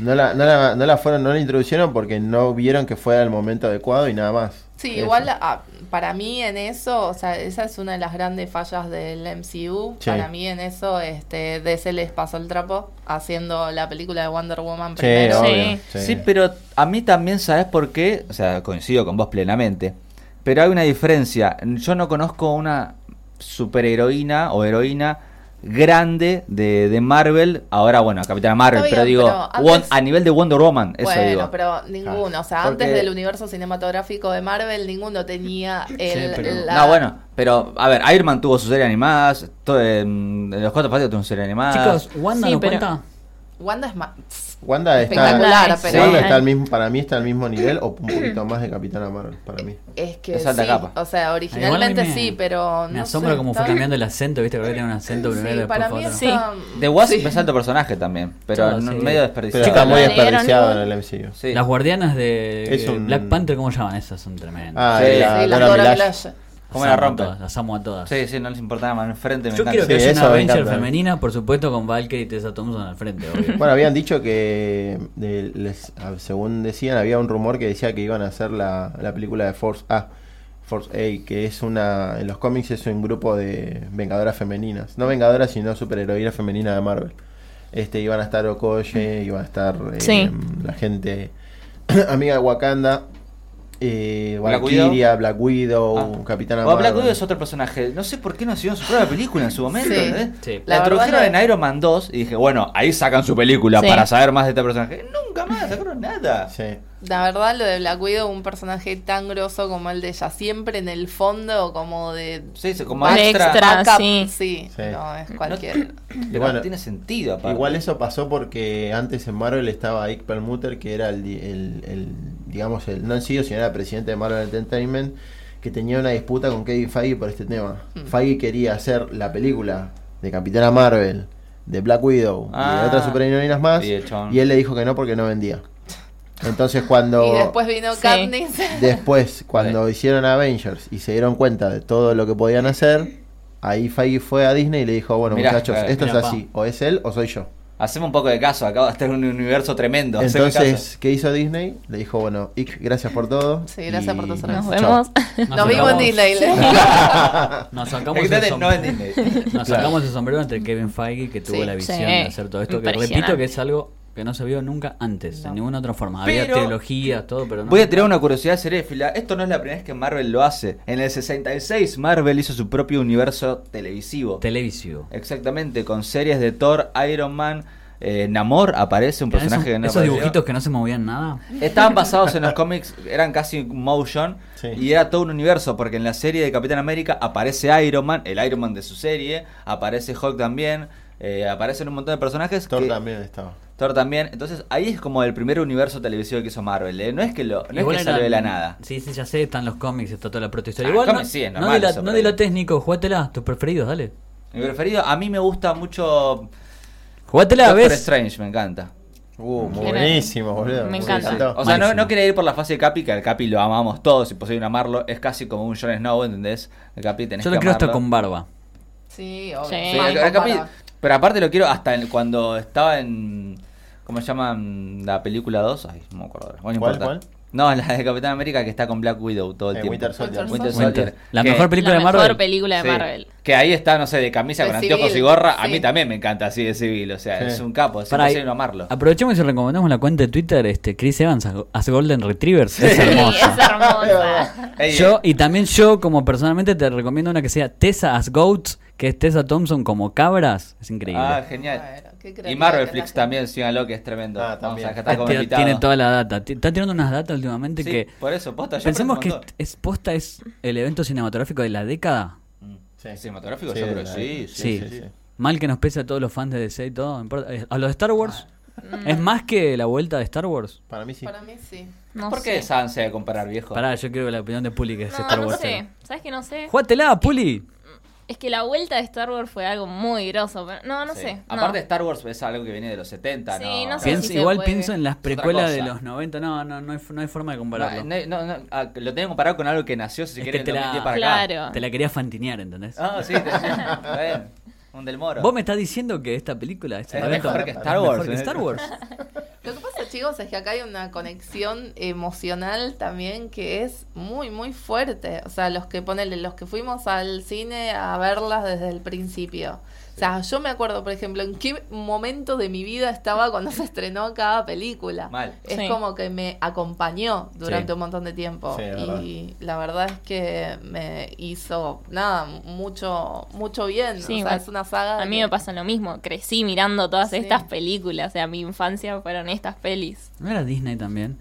E: No la, no la, no la fueron, no la introducieron porque no vieron que fuera el momento adecuado y nada más.
C: Sí,
E: Eso.
C: igual ah, para mí en eso, o sea, esa es una de las grandes fallas del MCU.
E: Sí.
C: Para mí en eso, este, DC les pasó el trapo haciendo la película de Wonder Woman
E: Sí,
C: primero.
D: Sí.
E: obvio,
A: Sí. pero a mí también sabes por qué, o sea, coincido con vos plenamente, pero hay una diferencia. Yo no conozco una superheroína o heroína grande de, de Marvel, ahora bueno, Capitana Marvel,
C: Está
A: pero
C: bien,
A: digo,
C: pero antes-
A: Won- a nivel de Wonder Woman, eso
C: bueno,
A: digo.
C: pero ninguno, o sea,
A: Porque-
C: antes del universo cinematográfico de Marvel, ninguno tenía el,
B: pero-
C: la-
A: No, bueno, pero a ver, Iron Man tuvo su serie animada, todo, em, los cuatro fantásticos tuvo su serie animada.
B: Chicos, Wanda
D: Sí,
B: no
D: pero-
B: cuenta.
C: Wanda es más
E: Wanda está,
C: espectacular,
D: Sí,
C: pero
E: Wanda
D: eh.
E: está al mismo, para mí está al mismo nivel o un poquito más de Capitana Marvel, para mí.
C: es que
A: Es alta
C: sí,
A: capa.
C: o sea, originalmente
B: Igual a mí me-
C: sí, pero no
B: Me asombra
C: sé,
B: cómo fue
C: está-
B: cambiando el acento, viste, porque tiene un acento primero
C: Sí,
B: después
C: para
B: fue
C: mí
B: otro.
D: sí.
C: está-
A: The Wasp
C: sí.
A: es alto personaje también, pero
B: Todo,
A: no-
B: sí.
A: medio
E: Pero
A: desperdiciado.
E: está muy
D: le dieron
E: desperdiciado
D: un-
E: en el MCU.
A: Sí.
B: Las guardianas de
E: Es un-
B: Black Panther, ¿cómo llaman esas? Son tremendas.
E: Ah,
A: Sí,
E: y la,
C: Sí, la
E: Dora
C: Dora
E: Milaje.
C: Milaje.
A: ¿Cómo la
B: amo a
A: rompe?
B: todas, Las amo a todas.
A: Sí, sí, no les importaba más enfrente, me
B: Yo
A: encanta.
B: quiero que
E: Sí,
B: haya
E: eso
B: una
E: me
B: Avenger
E: encanta.
B: femenina, por supuesto, con Valkyrie y Tessa Thompson al frente, obvio.
E: Bueno, habían dicho que, de- les- a- según decían, había un rumor que decía que iban a hacer la, la película de Force A, Force A, que es una, en los cómics es un grupo de vengadoras femeninas, no vengadoras sino superheroínas femeninas de Marvel. Este, iban a estar Okoye, iban a estar eh,
D: Sí.
E: la gente amiga de Wakanda, eh,
A: Black
E: Valkyria, Black Widow,
A: Ah.
E: Capitana
A: O Black
E: Marvel.
A: Widow es otro personaje. No sé por qué no hicieron su propia película en su momento.
C: Sí.
A: ¿entendés?
B: Sí.
A: La,
C: La verdad
A: introdujeron
C: no-
A: en Iron Man 2 y dije, bueno, ahí sacan su película
D: Sí.
A: para saber más de este personaje. Nunca más sacaron nada.
E: Sí.
C: La verdad, lo de Black Widow, un personaje tan grosso como el de ella, siempre en el fondo, como de.
A: Sí, sí, como
D: De
A: extra.
D: extra. Ah,
C: backup.
D: sí.
C: sí.
E: Sí.
C: No, es cualquier.
A: Pero
E: Bueno,
A: no tiene sentido, aparte.
E: Igual eso pasó porque antes en Marvel estaba Ike Perlmutter, que era el, di- el- el, digamos, el, no han sido, sino era presidente de Marvel Entertainment, que tenía una disputa con Kevin Feige por este tema.
C: Mm.
E: Feige quería hacer la película de Capitana Marvel, de Black Widow y
A: Ah.
E: de otras superheroínas más,
A: Y el chabón.
E: y él le dijo que no porque no vendía. Entonces cuando...
C: Y después vino
D: Sí.
C: Katniss.
E: Después, cuando hicieron Avengers y se dieron cuenta de todo lo que podían hacer, ahí Feige fue a Disney y le dijo, bueno
A: Mirá,
E: muchachos,
A: claro.
E: esto
B: Mirá,
E: es
B: pa.
E: así, o es él o soy yo.
A: Hacemos un poco de caso, acaba de estar en un universo tremendo. haceme
E: Entonces, ¿qué hizo Disney? Le dijo, bueno, Ick, gracias por todo.
C: Sí, gracias por tu servicio.
D: Nos
E: chao.
D: vemos.
C: Nos vimos en
B: sacamos-
C: Disneyland.
B: Nos
A: caso.
B: sacamos el
A: Entonces, no
B: sombrero.
A: es Disney.
B: Nos sacamos el sombrero entre Kevin Feige, que tuvo
C: Sí.
B: la visión
D: Sí.
B: de hacer todo esto, que
D: Impresionante.
B: repito que es algo que no se vio nunca antes,
C: No.
B: en ninguna otra forma. Había
A: Pero-
B: trilogías, todo, pero no.
A: Voy a tirar una curiosidad seréfila. Esto no es la primera vez que Marvel lo hace. En el 66, Marvel hizo su propio universo televisivo.
B: Televisivo.
A: Exactamente, con series de Thor, Iron Man, eh, Namor aparece un personaje
B: esos
A: que no
B: Ah, esos
A: apareció.
B: dibujitos que no se movían nada.
A: Estaban basados en los cómics, eran casi motion
E: Sí.
A: y era todo un universo, porque en la serie de Capitán América aparece Iron Man, el Iron Man de su serie, aparece Hulk también, eh, aparecen un montón de personajes.
E: Thor
A: que-
E: también estaba.
A: Thor también. Entonces ahí es como el primer universo televisivo que hizo Marvel, ¿eh? no es que lo, no es
B: Igual
A: que salió
B: eran-
A: de la nada.
B: Sí, sí, ya sé, están los cómics, está toda la protohistoria.
A: Ah,
B: Igual no,
A: cómics sí, es
B: no
A: normal
B: de la,
A: eso,
B: no
A: pero-
B: de la técnico, jugátela, tus preferidos, dale.
A: Mi preferido, a mí me gusta mucho
B: Jugátela,
A: Doctor
B: ¿ves?
A: Strange, me encanta.
E: Uh, muy
D: Era-
E: buenísimo, boludo.
D: Me
E: Sí,
D: encanta.
E: saltó.
A: O sea, no,
B: Malísimo.
A: no quería ir por la fase de Capi, que al Capi lo amamos todos, si posible amarlo. Es casi como un Jon Snow, ¿entendés? El Capi tenés
B: Yo
A: que
B: lo quiero hasta
A: amarlo.
B: con barba.
C: Sí, obvio.
D: Sí.
A: Sí,
C: Mal
A: el- el Capi-
C: comparado.
A: pero aparte lo quiero hasta en- cuando estaba en... ¿Cómo se llama mm, la película 2? Ay, no me acuerdo ahora. Bueno, no
E: ¿Cuál,
A: importa.
E: cuál?
A: No, la de Capitán América que está con Black Widow todo el
E: Eh,
A: tiempo.
E: Winter Soldier.
C: Winter
A: Winter
B: Soldier.
A: Soldier.
B: La
A: Que-
B: mejor película
D: la
B: de
D: mejor
B: Marvel.
D: película de
A: sí,
D: Marvel.
A: Que ahí está, no sé, de camisa
C: De
A: con anteojos
C: civil,
A: y gorra. A
C: sí.
A: mí también me encanta así de civil. O sea,
E: Sí.
A: es un capo. Es
B: Pará,
A: imposible
B: y-
A: no amarlo.
B: Aprovechemos y recomendamos la cuenta de Twitter, este Chris Evans as- as Golden Retrievers. Es
D: Sí, es
B: hermosa.
D: hermosa.
A: Ey, eh.
B: Yo, y también yo, como personalmente, te recomiendo una que sea Tessa as Goats, que es Tessa Thompson como cabras. Es increíble.
A: Ah, genial.
C: Bueno, qué
A: y
C: creatividad
A: Marvel
C: que
A: Flix
C: la
A: también, síganlo, que es tremendo.
E: Ah,
A: Vamos
E: también.
A: a estar como
B: Tira-
A: invitado.
B: tiene toda la data. Ti- Está tirando unas datas últimamente
A: Sí,
B: que.
A: por eso, posta. yo
B: Pensemos
A: aprendí
B: que
A: un montón.
B: es posta es el evento cinematográfico de la década.
E: Sí.
A: Mm. ¿Cinematográfico?
E: Sí,
A: yo creo que
E: la-
A: sí.
B: Sí. Mal que nos pese a todos los fans de DC y todo. no importa. Eh, A los de Star Wars.
D: Ah.
B: Es más que la vuelta de Star Wars.
E: Para mí sí.
C: Para mí sí.
D: No
A: ¿Por
D: sé.
A: qué Sans se debe comparar, viejo?
B: Pará, yo quiero que la opinión de Puli que es
D: No,
B: Star
D: no
B: Wars.
D: sé. ¿Sabes que no sé?
B: ¡Júgatela, Puli!
D: Es que la vuelta de Star Wars fue algo muy groso. Pero... No, no
A: Sí.
D: sé. no.
A: Aparte, Star Wars es algo que viene de los 70, ¿no?
D: Sí, no sé
A: Claro.
B: Pienso-
D: si se
B: igual
D: puede.
B: pienso en las
A: otra
B: precuelas de
A: cosa.
B: los 90. No, no, no hay, no hay forma de compararlo.
A: No, no, no, no, ah, lo tengo comparado con algo que nació, si
B: Es
A: quieren,
B: que te la-
A: 2010 para acá.
D: Claro.
B: Te la quería fantinear, ¿entendés?
A: Ah, sí, te- está bien. Un del moro.
B: Vos me estás diciendo que esta película es,
A: Es
B: evento-
A: mejor que Star
B: mejor
A: Wars,
B: que
A: ¿eh?
B: Star Wars.
C: Lo que pasa, chicos, es que acá hay una conexión emocional también que es muy, muy fuerte. O sea, los que ponele, los que fuimos al cine a verlas desde el principio. O sea, yo me acuerdo, por ejemplo, en qué momento de mi vida estaba cuando se estrenó cada película.
A: Mal.
C: Es
D: Sí.
C: como que me acompañó durante
B: Sí.
C: un montón de tiempo.
E: Sí, es
C: y la verdad es que me hizo, nada, mucho, mucho bien.
D: Sí,
C: o sea,
D: bueno.
C: es una saga.
D: A mí
C: que-
D: me pasa lo mismo. Crecí mirando todas
C: Sí.
D: estas películas. O sea, mi infancia fueron estas pelis.
B: No era Disney también.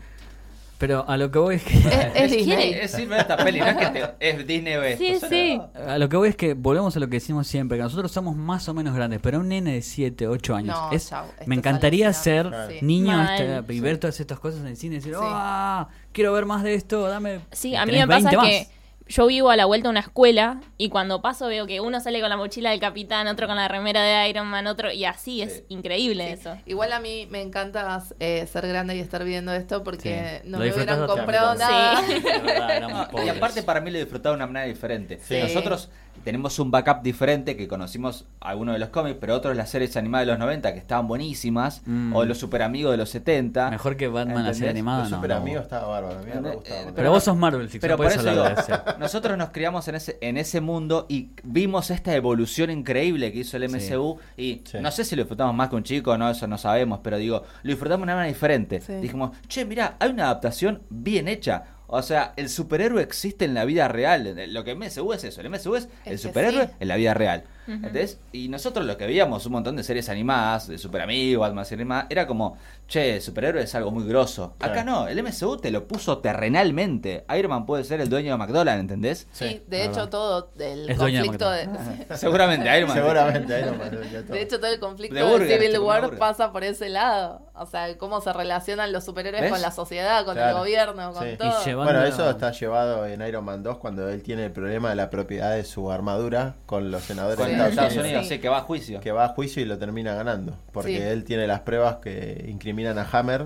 B: Pero a lo que voy es que.
D: Eh,
C: Es, es Disney.
A: Es sirve esta peli, no es que te- es Disney o esto,
D: Sí,
A: solo-
D: sí.
B: A lo que voy es que volvemos a lo que decimos siempre, que nosotros somos más o menos grandes, pero un nene de 7, 8 años.
C: No,
B: es,
C: chau, esto
B: me
C: es
B: encantaría ser
C: alucinante. Sí.
B: niño
D: Mal.
B: este- y ver todas estas cosas en el cine y decir,
C: Sí.
B: ¡ah! Quiero ver más de esto, dame.
D: Sí, a mí
B: tenés
D: me pasa
B: 20 más.
D: que yo vivo a la vuelta de una escuela y cuando paso veo que uno sale con la mochila del capitán, otro con la remera de Iron Man, otro y así es increíble
C: Sí.
D: eso.
C: Igual a mí me encanta eh, ser grande y estar viendo esto porque
B: Sí.
C: no
B: Lo
C: me
B: disfrutás
C: hubieran
B: bastante.
C: comprado
D: Sí.
C: nada.
B: De verdad, éramos
A: No, y
B: pobres.
A: aparte para mí lo disfrutaba de una manera diferente.
C: Sí.
A: Nosotros tenemos un backup diferente que conocimos algunos de los cómics, pero otros de las series animadas de los 90 que estaban buenísimas,
B: Mm.
A: o los superamigos de los 70.
B: Mejor que Batman la
A: ¿Entendés?
B: serie animada,
E: Los
B: Ah, no.
E: super
B: no.
E: amigos estaba bárbaro, a mí me
A: Eh,
E: gustaba.
A: eh,
E: cuando
B: Pero
E: era-
B: vos sos Marvel, Six,
A: Pero
B: no
A: por
B: podés
A: eso
B: hablar de
A: digo,
B: ese.
A: nosotros nos criamos en ese, en ese mundo y vimos esta evolución increíble que hizo el
B: Sí.
A: MCU y
E: Sí.
A: no sé si lo disfrutamos más que un chico, no, eso no sabemos, pero digo, lo disfrutamos de una manera diferente.
C: Sí.
A: Dijimos, che, mirá, hay una adaptación bien hecha. O sea, el superhéroe existe en la vida real. Lo que MCU es eso. El MCU es el
C: Es que
A: superhéroe
C: sí.
A: en la vida real.
D: Ujú.
A: ¿Entendés? Y nosotros lo que veíamos, un montón de series animadas, de superamigos, Batman serie animada, era como, che, superhéroe es algo muy grosso. Acá
E: Claro.
A: no, el MCU te lo puso terrenalmente. Iron Man puede ser el dueño de McDonald's, ¿entendés?
C: Sí,
E: Sí,
C: de hecho todo el
B: Es dueño de
C: conflicto de,
A: Seguramente Iron Man.
E: Seguramente, Iron Man, ya todo.
B: Ah,
C: de hecho todo el conflicto
A: De
C: de,
A: burger,
C: Civil
A: tipo, una
C: War
A: burger.
C: pasa por ese lado, o sea, cómo se relacionan los superhéroes
A: ¿Ves?
C: con la sociedad, con
E: Claro.
C: el gobierno, con
E: Sí. Y
C: todo.
B: lleva-
E: Bueno,
B: Banda-
E: eso está llevado en Iron Man 2 cuando él tiene el problema de la propiedad de su armadura con los senadores
A: Con
E: de
A: Estados Unidos,
C: Sí.
A: sí, que va a juicio.
E: Que va a juicio y lo termina ganando. Porque
C: Sí.
E: él tiene las pruebas que incriminan a Hammer.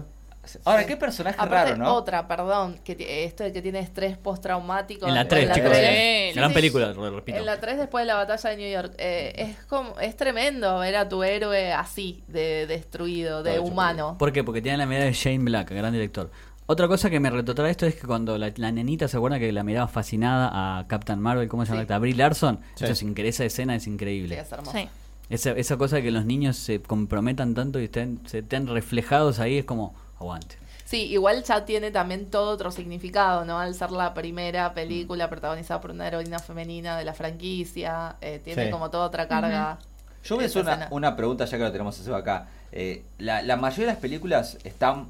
A: Ahora, qué personaje
C: Aparte,
A: raro, ¿no?
C: otra, perdón, que ti- esto de que tiene estrés postraumático.
B: En la 3,
E: la
B: chicos.
E: tres.
B: eh.
D: Sí,
B: Gran
C: sí,
B: película, lo repito.
C: En la 3 después de la batalla de New York. eh, es como es tremendo ver a tu héroe así, de destruido, de
E: Todo hecho
C: humano.
B: ¿Por qué? Porque tiene la mirada de Shane Black, gran director. Otra cosa que me retrotrae esto es que cuando la, la nenita se acuerda que la miraba fascinada a Captain Marvel, ¿cómo se llama?
C: Sí.
B: A Brie Larson.
E: Sí.
B: Eso es incre- esa escena es
C: Sí,
B: increíble.
C: es hermoso.
D: Sí.
B: Esa, esa cosa de que los niños se comprometan tanto y estén, se estén reflejados ahí es como, aguante.
C: Sí, igual ya tiene también todo otro significado, ¿no? Al ser la primera
E: Mm.
C: película protagonizada por una heroína femenina de la franquicia, eh, tiene
E: Sí.
C: como toda otra carga.
A: Yo voy a hacer
C: Esa
A: una,
C: escena.
A: una pregunta ya que lo tenemos a Seba acá. Eh, la, la mayoría de las películas están,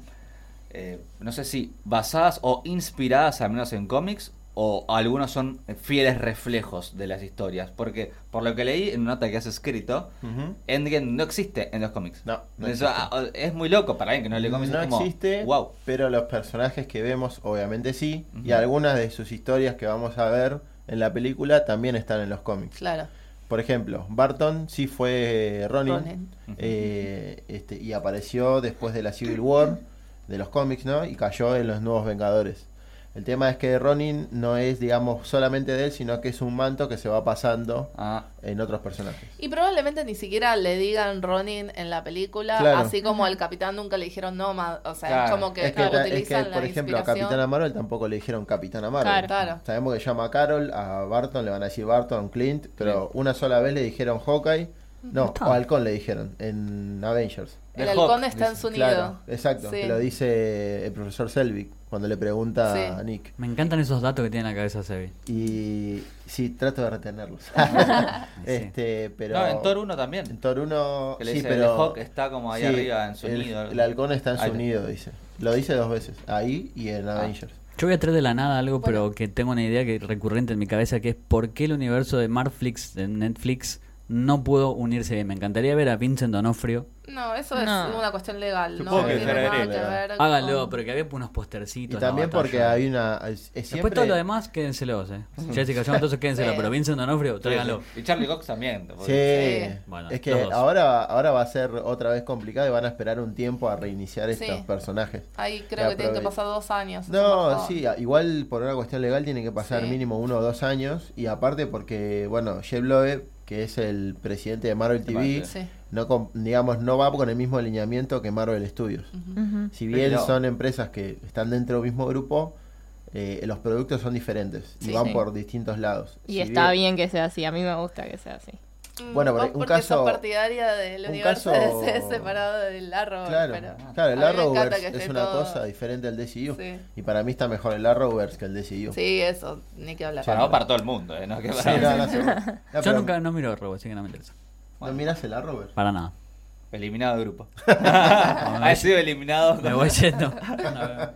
A: eh, no sé si basadas o inspiradas al menos en cómics o algunos son fieles reflejos de las historias. Porque por lo que leí en una nota que has escrito,
E: Ujú.
A: Endgame no existe en los cómics.
E: No, no
A: Eso,
E: existe.
A: ah, es muy loco para alguien que no lee cómics.
E: No
A: es como,
E: existe,
A: Wow.
E: pero los personajes que vemos, obviamente sí. Y
A: Ujú.
E: algunas de sus historias que vamos a ver en la película también están en los cómics.
C: Claro.
E: Por ejemplo, Barton sí fue Ronin.
C: Ronin.
E: eh, este, y apareció después de la Civil War, de los cómics, ¿no? Y cayó en los Nuevos Vengadores. El tema es que Ronin no es, digamos, solamente de él, sino que es un manto que se va pasando
A: Ah,
E: en otros personajes.
C: Y probablemente ni siquiera le digan Ronin en la película,
E: Claro.
C: así como al capitán nunca le dijeron Nomad. O sea,
A: Claro.
C: es como que,
E: es que, ta- es
C: utilizan
E: que,
C: la
E: por ejemplo, a
C: inspiración.
E: Capitana Marvel tampoco le dijeron Capitana Marvel.
D: Claro.
C: Claro.
E: Sabemos que llama a Carol, a Barton le van a decir Barton, Clint, pero una sola vez le dijeron Hawkeye.
C: Mm.
E: No,
B: Está.
E: o Halcón le dijeron en Avengers.
A: de
C: El halcón
A: Hawk,
C: está en
A: dice.
C: su nido.
E: Claro, exacto.
C: Sí.
E: que lo dice el profesor Selvig cuando le pregunta
C: Sí.
E: a Nick.
B: Me encantan esos datos que tiene en la cabeza Sebi.
E: Y sí, trato de retenerlos. este, pero
A: No, en Thor 1 también.
E: En Thor 1
A: Que le
E: sí,
A: dice,
E: pero
A: "El Hawk está como ahí arriba en su
E: el,
A: nido".
E: El halcón está en
A: Ahí
E: su
A: está. Ah,
E: nido, dice. Lo dice dos veces, ahí y en Avengers.
B: Yo voy a traer de la nada algo, pero que tengo una idea que recurrente en mi cabeza, que es por qué el universo de Marflix, de Netflix, no pudo unirse bien. Me encantaría ver a Vincent Donofrio.
C: No, eso es
D: No.
C: una cuestión legal.
E: Supongo
C: no
E: que
C: tiene nada
E: debería.
C: que ver con-
B: Háganlo, pero que había unos
E: Y
B: postercitos. la
E: también
B: batalla.
E: porque hay una es- es
B: Después
E: siempre-
B: todo lo demás, quédenselos, eh. Jessica Jones, entonces quédenselo,
C: Sí.
B: pero Vincent Donofrio, tráiganlo.
A: Y Charlie Cox también.
E: Sí.
A: porque-
B: Bueno,
E: es que
B: los dos.
E: ahora, ahora va a ser otra vez complicado y van a esperar un tiempo a reiniciar
C: Sí.
E: estos personajes.
C: Ahí creo que tienen que
E: Aprove-
C: pasar dos años. es un
E: No,
C: bajón.
E: sí, a- igual por una cuestión legal tiene que pasar
C: Sí.
E: mínimo uno o dos años. Y aparte porque, bueno, Jeff Loeb, que es el presidente de Marvel TV,
A: Marvel.
C: Sí.
E: no com- digamos, no va con el mismo alineamiento que Marvel Studios.
D: Ujú.
E: Si bien
A: Pero-
E: son empresas que están dentro del mismo grupo, eh, los productos son diferentes y
D: Sí,
E: van
D: sí.
E: por distintos lados.
D: Y
E: Si
D: está bien que sea así, a mí me gusta que sea así.
C: Mm,
E: Bueno, pero
C: vos
E: un
C: porque
E: caso-
C: sos partidaria del
E: un
C: universo
E: caso-
C: de DC separado del Arrow.
E: Claro,
C: pero
E: claro,
C: a
E: el
C: mí me
E: Arrowverse
C: encanta que
E: es
C: esté
E: una
C: todo-
E: cosa diferente al DCU.
C: Sí.
E: Y para mí está mejor el Arrowverse que el DCU.
C: Sí, eso, ni que hablar.
E: Sí,
A: Bueno, para todo el mundo, ¿eh? No, que
E: Sí,
A: para-
E: no, no, seguro. No,
B: Yo
E: pero-
B: nunca no miro robo, así que no me interesa.
E: ¿No miras el Arrowverse?
B: Para nada.
A: Eliminado de grupo.
E: Ah,
A: ha sido eliminado.
B: Me voy yendo. No,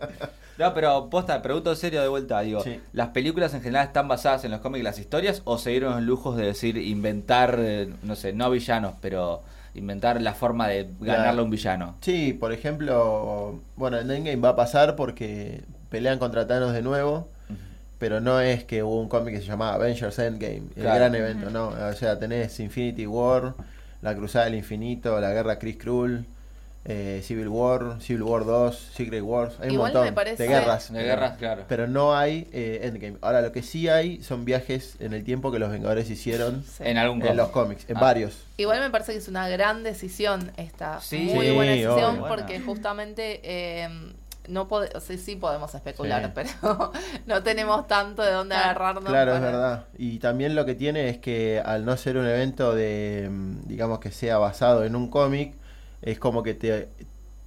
A: No, pero posta, pregunto en serio de vuelta. Digo,
E: Sí.
A: ¿las películas en general están basadas en los cómics, las historias, o se dieron los lujos de decir inventar, eh, no sé, no villanos, pero inventar la forma de ganarle a un villano?
E: Sí, por ejemplo, bueno, en Endgame va a pasar porque pelean contra Thanos de nuevo, pero no es que hubo un cómic que se llamaba Avengers Endgame, el
A: Claro.
E: gran evento, no. O sea, tenés Infinity War, La Cruzada del Infinito, La Guerra Chris Krull, eh, Civil War, Civil War 2, Secret Wars, hay un
C: Igual
E: montón
C: me parece-
E: de guerras.
F: De guerras, claro.
E: Pero no hay eh, Endgame. Ahora, lo que sí hay son viajes en el tiempo que los Vengadores hicieron
C: Sí.
F: En algún
E: en los
F: cómic.
E: cómics, en
F: Ah.
E: varios.
C: Igual me parece que es una gran decisión esta.
A: Sí.
C: muy
E: Sí,
C: buena decisión
A: obvio.
C: porque
A: Buena.
C: justamente eh, no pode- o sea, sí podemos especular,
E: Sí.
C: pero no tenemos tanto de dónde
D: Claro.
C: agarrarnos.
E: Claro, es
C: para-
E: verdad. Y también lo que tiene es que al no ser un evento de, mm, digamos, que sea basado en un cómic, es como que te,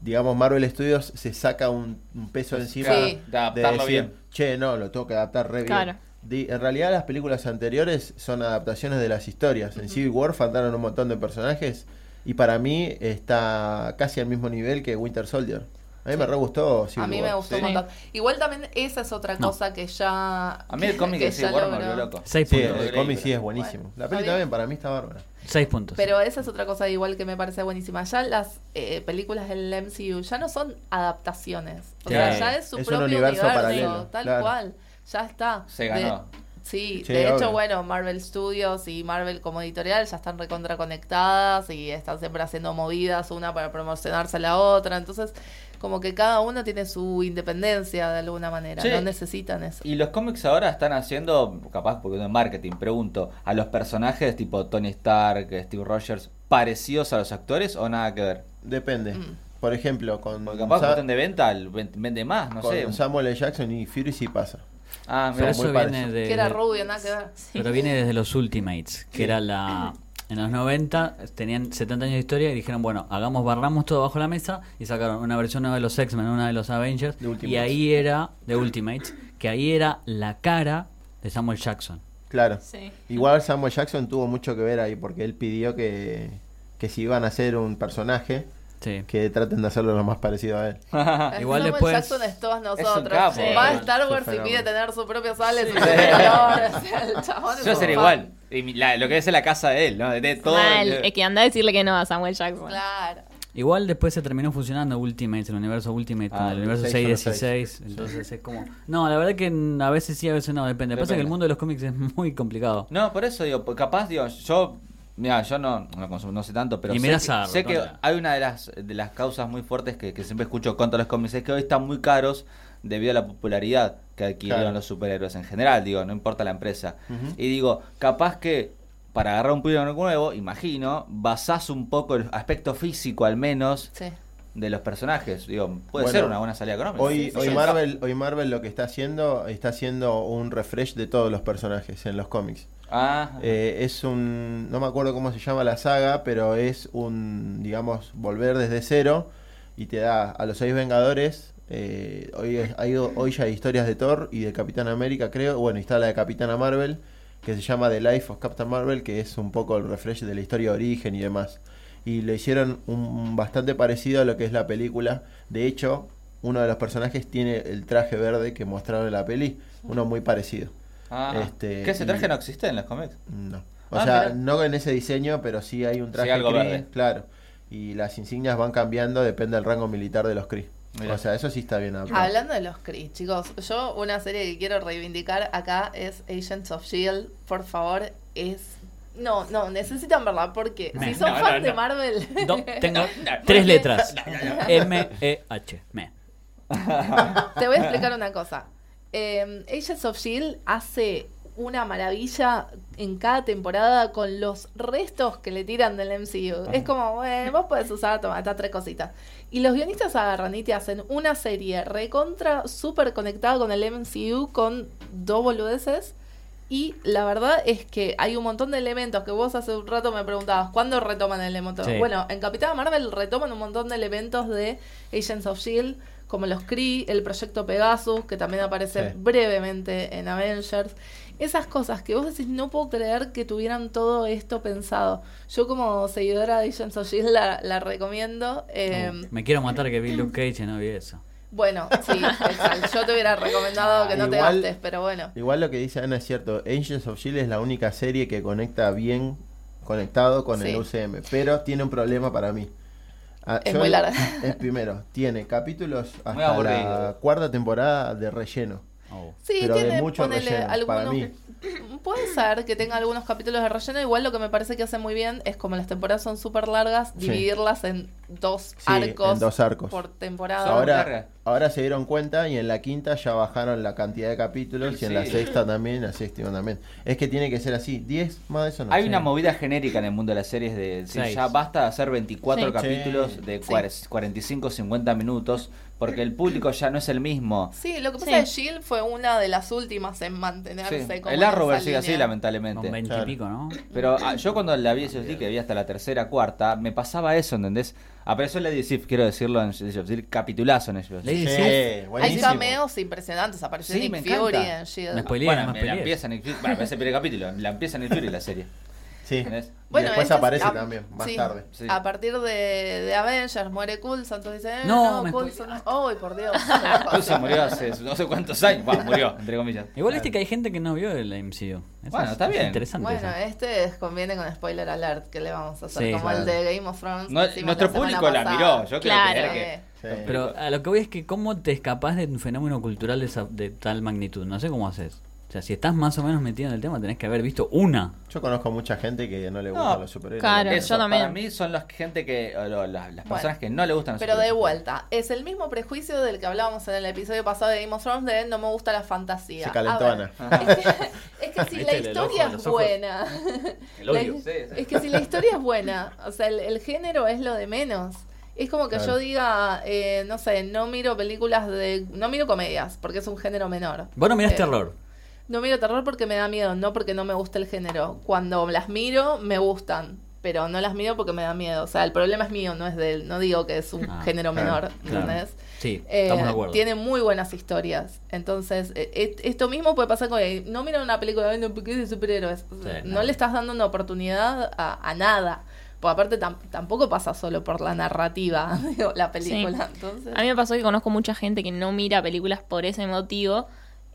E: digamos, Marvel Studios se saca un, un peso encima
F: Claro,
C: Sí.
F: de
E: de
F: adaptarlo
E: decir,
F: bien.
E: che, no, lo tengo que adaptar re bien.
D: Claro.
E: Di- en realidad las películas anteriores son adaptaciones de las historias. En Civil War faltaron un montón de personajes y para mí está casi al mismo nivel que Winter Soldier. A mí me re gustó Civil
C: A mí
E: War.
C: me gustó
F: Sí.
C: un montón. Igual también esa es otra
B: No.
C: cosa que ya...
F: A mí el cómic
C: que
F: de Civil
C: ya
F: War me volvió
C: logró.
F: loco.
B: Seis
E: Sí,
B: puntos.
E: el cómic sí es buenísimo.
C: Bueno,
E: la peli
C: está
E: también
C: bien.
E: para mí está bárbara.
B: Seis puntos.
C: Pero esa es otra cosa igual que me parece buenísima. Ya las eh, películas del MCU ya no son adaptaciones. O
B: Sí.
C: sea, ya es su
E: Es un
C: propio
E: universo
C: universo,
E: paralelo,
C: tal
E: claro.
C: cual. Ya está.
F: Se
C: De-
F: ganó.
C: sí,
E: Sí,
C: de hecho,
E: obvio.
C: bueno, Marvel Studios y Marvel como editorial ya están recontra conectadas y están siempre haciendo movidas una para promocionarse a la otra. Entonces, como que cada uno tiene su independencia de alguna manera.
F: Sí.
C: No necesitan eso.
A: Y los cómics ahora están haciendo, capaz porque de marketing, pregunto, a los personajes tipo Tony Stark, Steve Rogers, parecidos a los actores o nada que ver.
E: Depende.
C: Mm.
E: Por ejemplo, con,
A: Porque capaz
E: Sa-
A: cuestión de venta, el ven- vende más, no
E: con
A: sé.
E: Samuel L. Jackson y Fury sí pasa.
A: Ah,
B: Pero
A: mira,
B: eso
E: muy
B: viene
E: parecido.
B: de.
C: que era rubio, nada que ver.
B: Pero viene desde los Ultimates, que era la... En los 90 tenían 70 años de historia y dijeron, bueno, hagamos, barramos todo bajo la mesa y sacaron una versión nueva de los X-Men, una de los Avengers.
E: De Ultimates.
B: Y ahí era, de Ultimates, que ahí era la cara de Samuel Jackson.
E: Claro.
D: Sí.
E: Igual Samuel Jackson tuvo mucho que ver ahí porque él pidió que, que si iban a hacer un personaje,
B: Sí.
E: que traten de hacerlo lo más parecido a él.
B: Igual
C: Samuel
B: después-
C: Jackson es todos
F: Es un
C: nosotros.
F: capo.
C: Va a
F: Sí.
C: Star Wars y
E: Superhombre.
C: pide tener su propia sala y su propio color. O sea, el chabón es
A: Yo
C: un
A: sería
C: fan.
A: igual. Y mi- la- lo que es la casa de él, ¿no? De, de todo.
D: Mal,
A: el-
D: es que anda a decirle que no a Samuel Jackson.
C: Claro.
B: Igual después se terminó fusionando Ultimates, el universo Ultimate con
A: Ah,
B: el universo
E: 16,
B: 616. Entonces es como... No, la verdad que mm, a veces sí, a veces no, depende. Pasa que
A: Depende.
B: el mundo de los cómics es muy complicado.
A: No, por eso digo, porque capaz digo, yo mira, yo no, no consumo, no sé tanto, pero
B: Y
A: sé,
B: mirás
A: que,
B: a
A: sé que
B: Rotonda.
A: hay una de las de las causas muy fuertes que, que siempre escucho contra los cómics es que hoy están muy caros debido a la popularidad que adquirieron
E: Claro.
A: los superhéroes en general, digo, no importa la empresa.
E: Ujú.
A: Y digo, capaz que para agarrar un público nuevo, imagino, basás un poco el aspecto físico al menos
C: Sí.
A: de los personajes. Digo, puede
E: Bueno,
A: ser una buena salida económica.
E: Hoy, hoy,
A: Sí.
E: Marvel, hoy Marvel lo que está haciendo, está haciendo un refresh de todos los personajes en los cómics.
A: Ah,
E: Eh, es un, no me acuerdo cómo se llama la saga, pero es un, digamos, volver desde cero y te da a los seis Vengadores. eh, hoy, es- hay, hoy ya hay historias de Thor y de Capitán América, creo. Bueno, y está la de Capitana Marvel, que se llama The Life of Captain Marvel, que es un poco el refresh de la historia de origen y demás. Y lo hicieron un, un bastante parecido a lo que es la película. De hecho, uno de los personajes tiene el traje verde que mostraron en la peli, uno muy parecido.
A: ah.
E: este,
A: que ese
E: y-
A: traje no existe en los cómics.
E: No. O
A: Ah,
E: sea,
A: mirá.
E: no en ese diseño, pero sí hay un traje
A: algo
E: Kree,
A: verde.
E: claro. Y las insignias van cambiando, depende del rango militar de los Kree.
A: Mirá.
E: O sea, eso sí está bien adaptado.
C: Hablando de los Kree, chicos, yo una serie que quiero reivindicar acá es Agents of Shield. E Por favor, es. No, no, necesitan verla porque
B: Me-
C: si son
F: no,
C: fans
F: no,
C: de
F: no.
C: Marvel.
B: Do- tengo tres letras. M-E-H. Me.
C: Te voy a explicar una cosa. Eh, Agents of Shield hace una maravilla en cada temporada con los restos que le tiran del MCU. Es como, bueno, vos podés usar, toma, estas tres cositas. Y los guionistas agarran y te hacen una serie recontra, súper conectada con el MCU, con dos boludeces. Y la verdad es que hay un montón de elementos que vos hace un rato me preguntabas, ¿cuándo retoman el elemento?
B: Sí.
C: Bueno, en Capitán Marvel retoman un montón de elementos de Agents of Shield, E como los Kree, el proyecto Pegasus, que también aparece
E: Sí.
C: brevemente en Avengers. Esas cosas que vos decís, no puedo creer que tuvieran todo esto pensado. Yo como seguidora de Agents of Shield E la, la recomiendo. eh,
B: Uh, me quiero matar que vi Luke Cage y no vi eso.
C: Bueno, sí, exacto. yo te hubiera recomendado que no te
E: Igual-
C: gastes, pero bueno.
E: Igual lo que dice Ana es cierto. Angels of Shield es la única serie que conecta bien conectado con el
C: Sí.
E: UCM, pero tiene un problema para mí. Ah,
C: Es muy larga.
E: Es primero, tiene capítulos
A: Muy
E: hasta
A: aburrido.
E: la cuarta temporada de relleno.
B: Oh.
C: Sí,
E: pero de
C: tiene,
E: mucho
C: ponele,
E: relleno, para
C: algunos. Puede ser que tenga algunos capítulos de relleno. Igual lo que me parece que hace muy bien es como las temporadas son súper largas,
E: Sí.
C: dividirlas en dos
E: Sí,
C: arcos
E: en dos arcos.
C: por temporada.
E: Ahora,
A: larga.
E: ahora se dieron cuenta y en la quinta ya bajaron la cantidad de capítulos y en la
A: Sí.
E: sexta también, la séptima también. Es que tiene que ser así, 10 más de eso no
A: Hay
E: sé.
A: una movida genérica en el mundo de las series de decir,
B: Seis.
A: ya basta de hacer 24
D: Sí.
A: capítulos
E: Sí.
A: de
C: Sí.
A: cuar- 45, 50 minutos, porque el público ya no es el mismo.
C: Sí, lo que
D: Sí.
C: pasa es que Jill fue una de las últimas en mantenerse
A: Sí.
C: como
A: El
C: en esa
A: Arrowverse sigue así,
C: línea.
A: lamentablemente.
B: Con
E: Claro.
B: veintipico, ¿no?
A: Pero ah, yo cuando la vi, eso sí, que vi hasta la tercera, cuarta, me pasaba eso, ¿entendés? Ah, Apareció Lady Sif, quiero decirlo, en Lady Sif, capitulazo en ellos.
B: Lady
E: Sí,
B: Sif.
C: Hay
E: buenísimo.
C: cameos impresionantes, apareció
A: Sí, me
C: Nick Fury
A: encanta.
C: en Jill.
B: Me spoileé.
A: Bueno,
B: más
A: me la
B: peleas.
A: empiezan en el, bueno, me hace el primer capítulo, la empiezan en el Fury la serie.
E: Sí.
A: ¿entendés?
E: Bueno, después
C: esa es
E: aparece
C: la-
E: también,
C: ah,
E: más
C: sí.
E: tarde.
A: Sí.
C: A partir de, de Avengers muere Coulson, entonces dicen, eh,
B: No,
C: no,
B: me
C: Coulson, no. ¡Ay, por Dios!
A: Coulson murió hace no sé cuántos años. Bueno, murió, entre comillas.
B: Igual viste que hay gente que no vio el MCU. Eso
A: Bueno,
B: es-
A: está
B: es
A: bien.
B: Interesante.
C: Bueno,
B: eso.
C: este es- conviene con spoiler alert, que le vamos a hacer
B: Sí,
C: como
E: claro.
C: el de Game of Thrones. que
A: No-
C: hicimos
A: nuestro
C: semana
A: público la
C: pasada.
A: miró. Yo
D: Claro.
A: creo
C: Sí.
A: que, era
E: Sí.
A: que-
B: Pero a lo que voy es que cómo te escapás de un fenómeno cultural de, esa- de tal magnitud. No sé cómo haces. O sea, si estás más o menos metido en el tema, tenés que haber visto una.
E: Yo conozco mucha gente que no le
A: No,
E: gustan los superhéroes.
D: claro,
E: Pero-
A: Eso,
D: yo también.
A: Para mí son las gente que o lo- las, las personas
C: Bueno.
A: que no le gustan los
C: Pero de
A: superhéroes.
C: vuelta, es el mismo prejuicio del que hablábamos en el episodio pasado de Game of Thrones de no me gusta la fantasía.
E: Se calentó
C: A ver, Es que si
B: Viste
C: la
B: el- el ojo,
C: historia
B: los
C: es
B: ojos.
C: buena.
A: El odio.
C: La-
A: Sí, sí.
C: Es que si la historia es buena, o sea, el, el género es lo de menos. Es como que
E: Claro.
C: yo diga, eh, no sé, no miro películas de... No miro comedias, porque es un género menor.
B: Bueno, mirás
C: Eh,
B: terror.
C: No miro terror porque me da miedo, no porque no me gusta el género. Cuando las miro, me gustan, pero no las miro porque me da miedo. O sea, el problema es mío, no es de él. No digo que es un
B: Ah,
C: género
E: claro,
C: menor,
B: claro.
C: ¿entendés?
B: Sí,
C: Eh,
B: estamos de acuerdo.
C: tiene muy buenas historias. Entonces, eh, et- esto mismo puede pasar con... eh, No miran una película "Ay, no, porque es de superhéroes. no,
B: no.
C: le estás dando una oportunidad a, a nada. Porque aparte tam- tampoco pasa solo por la narrativa, digo, la película. Entonces,
D: A mí me pasó que conozco mucha gente que no mira películas por ese motivo.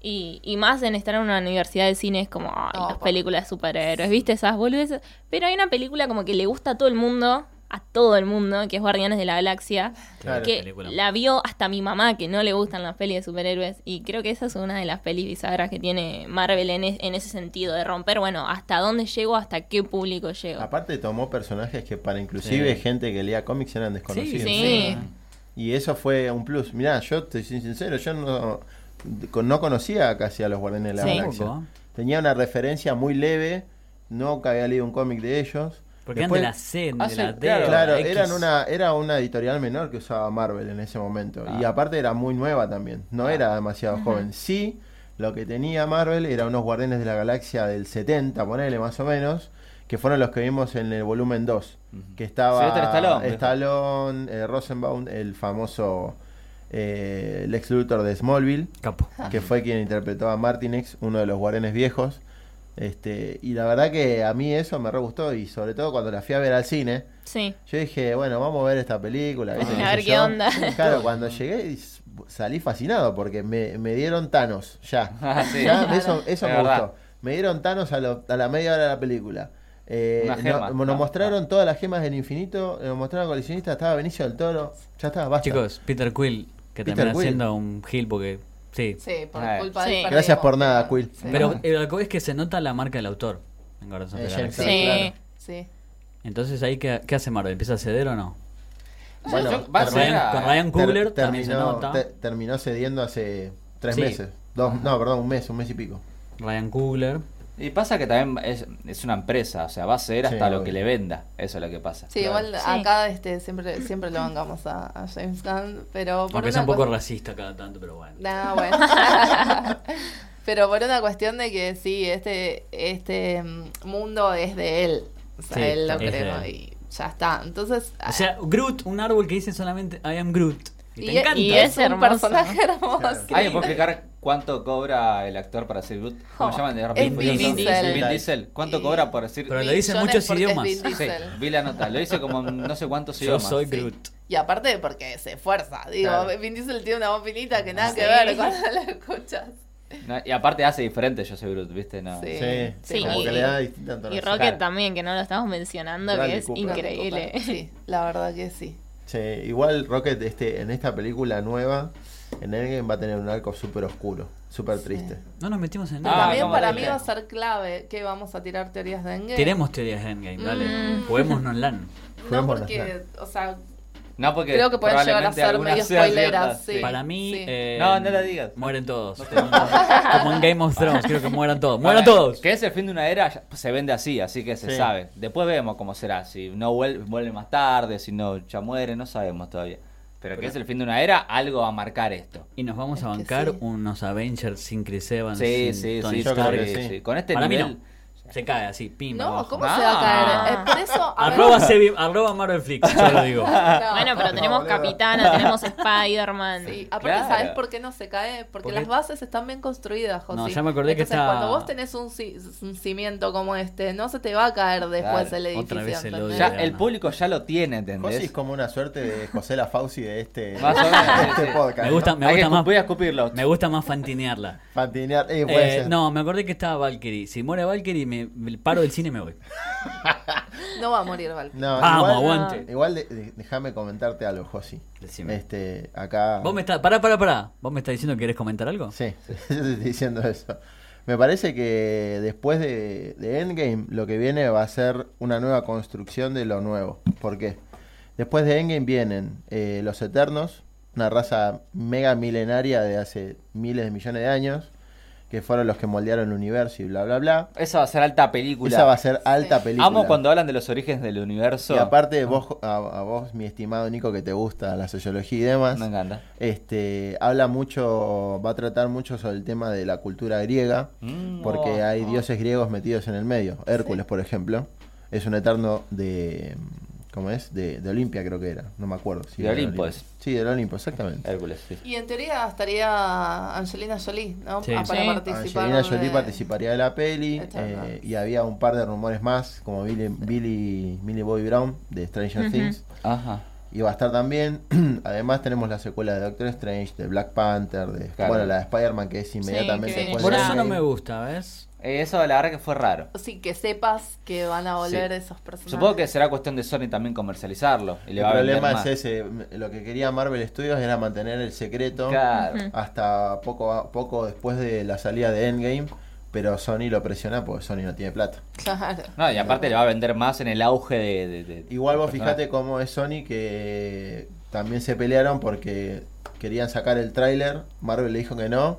D: Y, y más en estar en una universidad de cine es como, ay,
C: No,
D: las
C: pa-
D: películas de superhéroes, ¿viste? Esas boludeces. Pero hay una película como que le gusta a todo el mundo, a todo el mundo, que es Guardianes de la Galaxia.
E: Claro.
D: que
B: película.
D: la vio hasta mi mamá, que no le gustan las pelis de superhéroes. Y creo que esa es una de las pelis bisagras que tiene Marvel en, es- en ese sentido, de romper, bueno, hasta dónde llego, hasta qué público llego.
E: Aparte tomó personajes que para inclusive
B: Sí.
E: gente que leía cómics eran desconocidos.
D: Sí.
E: Y eso fue un plus. Mirá, yo te soy sincero, yo no, con- no conocía casi a los Guardianes de la
D: Sí.
E: Galaxia.
B: Tampoco.
E: Tenía una referencia muy leve, nunca había leído un cómic de ellos.
B: Porque
E: Después-
B: eran de la C, de
A: Hace-
B: la D.
A: claro,
B: de la
E: Claro,
B: X.
E: eran una, era una editorial menor que usaba Marvel en ese momento.
A: Ah.
E: Y aparte era muy nueva también, no era demasiado joven. Sí, lo que tenía Marvel era unos Guardianes de la Galaxia del 70, ponele más o menos, que fueron los que vimos en el volumen 2.
A: Sylvester
E: Que estaba
A: Stallone, dijo.
E: Stallone, eh, Rosenbaum, el famoso eh, Lex Luthor de Smallville
B: Capo.
E: que fue quien interpretó a Martinex, uno de los guarenes viejos. Este, y la verdad que a mí eso me re gustó, y sobre todo cuando la fui a ver al cine,
D: Sí.
E: yo dije, bueno, vamos a ver esta película. ¿viste?
D: A
E: No
D: ver
E: sé
D: qué
E: yo.
D: onda.
E: Claro, cuando llegué y s- salí fascinado porque me, me dieron Thanos, ya.
A: Ah, sí.
E: Ya, Eso, eso
A: Es
E: me
A: verdad.
E: gustó. Me dieron Thanos a, lo- a la media hora de la película. Eh,
A: Una
E: no-
A: gema.
E: nos
A: Ah,
E: mostraron todas las gemas del infinito, nos mostraron coleccionista, estaba Benicio del Toro, ya estaba, basta.
B: Chicos, Peter Quill, que
E: Peter
B: termina
E: Quill.
B: siendo un heel porque. Sí.
C: sí, por
A: Ah,
C: culpa
D: sí.
C: de él
E: Gracias
C: perdimos.
E: por nada, Quill.
C: Sí.
B: Pero eh, lo que es que se nota la marca del autor en Guardianes
E: Eh,
B: de la
E: James
B: Galaxia.
E: Gunn,
D: Sí.
E: claro.
C: Sí.
B: Entonces ahí, ¿qué, qué hace Marvel? ¿Empieza a ceder o no?
E: Bueno,
A: Yo- va a
B: Con
A: ser
B: Ryan,
A: a-
B: con Ryan
E: Ah, Ter-
B: Coogler también se
E: terminó,
B: nota.
E: te- terminó cediendo hace tres
B: Sí.
E: meses. Dos, no, perdón, un mes, un mes y pico.
B: Ryan Coogler.
A: Y pasa que también es, es una empresa, o sea, va a ser
E: Sí,
A: hasta lo
E: obvio.
A: que le venda. Eso es lo que pasa.
C: Sí,
E: Claro.
C: igual
D: Sí.
C: acá este, siempre, siempre lo bancamos a, a James Gunn, pero
B: Aunque
C: por una
B: sea un poco
C: cuest-
B: racista cada tanto, pero bueno.
C: Nah, bueno. pero por una cuestión de que sí, este, este mm, mundo es de él. O sea,
B: Sí,
C: él lo
B: es de
C: creó
B: él.
C: y ya está. Entonces,
B: O sea, Groot, un árbol que dice solamente I am Groot. Y, te
C: Ah. y,
B: encanta.
C: y
D: es
C: es un
D: hermoso.
C: personaje hermoso.
A: ¿Alguien puede explicar cuánto cobra el actor para decir Groot? ¿Cómo
D: Oh,
A: llaman? De
C: es
A: Furioso?
C: Vin Diesel.
A: Vin Diesel. ¿Cuánto
C: Y-
A: cobra por decir
B: Pero lo
C: Vin
B: dice en
C: Jones
B: muchos
C: porque es
B: idiomas.
C: Vin
A: Sí,
C: Diesel.
A: vi la nota. Lo dice como en no sé cuántos
B: Yo
A: idiomas.
B: soy
C: Sí.
B: Groot.
C: Y aparte porque se esfuerza. Digo,
E: Claro.
C: Vin Diesel tiene una voz finita que nada
D: Sí.
C: que ver cuando la escuchas.
A: No, y aparte hace diferente yo soy Groot, ¿viste? No.
C: Sí.
E: Sí,
C: Sí,
E: como
D: y-
E: que le da distinta
D: Y
E: entonación.
D: Rocket
A: Claro.
D: también, que no lo estamos mencionando,
E: Bradley
D: que es
E: Cooper.
D: increíble.
C: Sí, la verdad que sí.
E: Sí, igual Rocket este, en esta película nueva, en Endgame va a tener un arco súper oscuro, súper triste.
B: No nos metimos en
A: Ah,
B: nada.
C: También
A: no,
C: para
A: dale.
C: mí va a ser clave que vamos a tirar teorías de Endgame. Mm.
B: Tiremos teorías de Endgame, dale. Juguémonos LAN.
C: No,
E: Juguemos
C: porque, o sea,
A: No, porque
C: Creo que pueden llegar a
A: probablemente
C: ser
A: algunas
C: medio
A: sean
C: spoileras.
A: ciertas,
C: Sí.
B: Para mí.
C: sí.
B: eh,
A: No, no la digas.
B: Mueren todos. Como en Game of Thrones, quiero que mueran todos. ¡Mueran
A: Ahora,
B: todos!
A: Que es el fin de una era, ya se vende así, así que se
E: Sí.
A: sabe. Después vemos cómo será, si no vuel- vuelve, más tarde, si no ya muere, no sabemos todavía. Pero que es el fin de una era, algo va a marcar esto.
B: Y nos vamos a
C: Es que
B: bancar
C: sí.
B: unos Avengers sin Chris Evans.
A: Sí,
B: sin
A: sí, sí,
B: Tony
E: Ah, yo
B: Stark.
E: creo
A: sí,
E: que
A: sí.
E: sí.
A: Con este
B: Para mí
A: nivel...
B: no. Se cae así, pim.
C: No,
B: abajo.
C: ¿cómo se va a caer?
D: Ah.
C: Eh, por eso. a ver-
B: Arroba, CB arroba Marvel Flix, yo lo digo.
C: No.
D: Bueno, pero
E: No,
D: tenemos
E: boludo.
D: Capitana, tenemos Spider-Man.
C: Sí, aparte,
A: Claro.
C: ¿sabes por qué no se cae? Porque
B: Porque-
C: las bases están bien construidas, José.
B: No, ya me acordé que
C: Entonces,
B: está-
C: cuando vos tenés un, ci- un cimiento como este, no se te va a caer después
A: Claro.
C: el edificio.
B: Otra vez el
C: ¿entendés?
A: Ya,
B: Diana.
A: el público ya lo tiene,
E: Josi es
A: ¿entendés?
E: como una suerte de José La Fauci de este,
A: Más o menos,
E: de
A: sí,
E: este
A: sí.
E: podcast.
B: Me gusta, me
A: Hay que
B: gusta
A: escu-
B: más.
A: Voy a escupirlo.
B: Me gusta más fantinearla.
E: ¿no? Fantinear. Eh, puede
B: Eh,
E: ser.
B: no, me acordé que estaba Valkyrie. Si muere Valkyrie, me, me paro del cine y me voy.
C: No va a morir, Val.
E: No,
B: Vamos,
E: igual,
B: aguante.
E: Igual de- de- déjame comentarte algo, Josi.
B: Decime.
E: Este, acá.
B: Vos me estás. Pará, pará, pará. ¿Vos me estás diciendo que querés comentar algo?
E: Sí, yo te estoy diciendo eso. Me parece que después de, de Endgame lo que viene va a ser una nueva construcción de lo nuevo. ¿Por qué? Después de Endgame vienen eh, los Eternos, una raza mega milenaria de hace miles de millones de años, que fueron los que moldearon el universo y bla, bla, bla.
A: Esa va a ser alta película.
E: Esa va a ser alta película.
A: Amo cuando hablan de los orígenes del universo.
E: Y aparte, vos, a, a vos, mi estimado Nico, que te gusta la sociología y demás,
A: Me encanta.
E: este, habla mucho, va a tratar mucho sobre el tema de la cultura griega,
A: Mm.
E: porque
A: Oh,
E: hay
A: oh.
E: dioses griegos metidos en el medio. Hércules, por ejemplo, es un eterno de. ¿Cómo es? De, de Olimpia, creo que era. No me acuerdo. si
A: De
E: era
A: Olimpo
E: Olimpia.
A: es. Eh,
E: Sí, del Olimpo, exactamente.
A: Hércules, sí.
C: Y en teoría estaría Angelina Jolie, ¿no?
B: Sí.
C: Ah, para
D: Sí.
C: participar.
E: Angelina Jolie
C: de-
E: participaría de la peli
C: Eternos.
E: eh, y había un par de rumores más, como Billy, Billy, Billy Bobby Brown de Stranger
D: Ujú.
E: Things.
A: Ajá.
E: Y va a estar también. Además, tenemos la secuela de Doctor Strange, de Black Panther, de
A: Claro.
E: bueno, la de Spider-Man, que es inmediatamente
D: que viene
E: después
B: Por
E: de
B: eso no me
E: Endgame.
B: gusta, ¿ves?
A: Eh, Eso la verdad que fue raro.
C: Sí, que sepas que van a volver
A: Sí.
C: esos personajes.
A: Supongo que será cuestión de Sony también comercializarlo. Y le
E: El
A: va a vender
E: problema
A: más.
E: es ese. m- Lo que quería Marvel Studios era mantener el secreto
A: Claro.
D: Ujú.
E: hasta poco, a- poco después de la salida de Endgame. Pero Sony lo presiona porque Sony no tiene plata.
C: Claro.
A: No, y aparte le va a vender más en el auge de. de- de-
E: Igual vos
A: del personaje.
E: fijate cómo es Sony que también se pelearon porque querían sacar el tráiler. Marvel le dijo que no.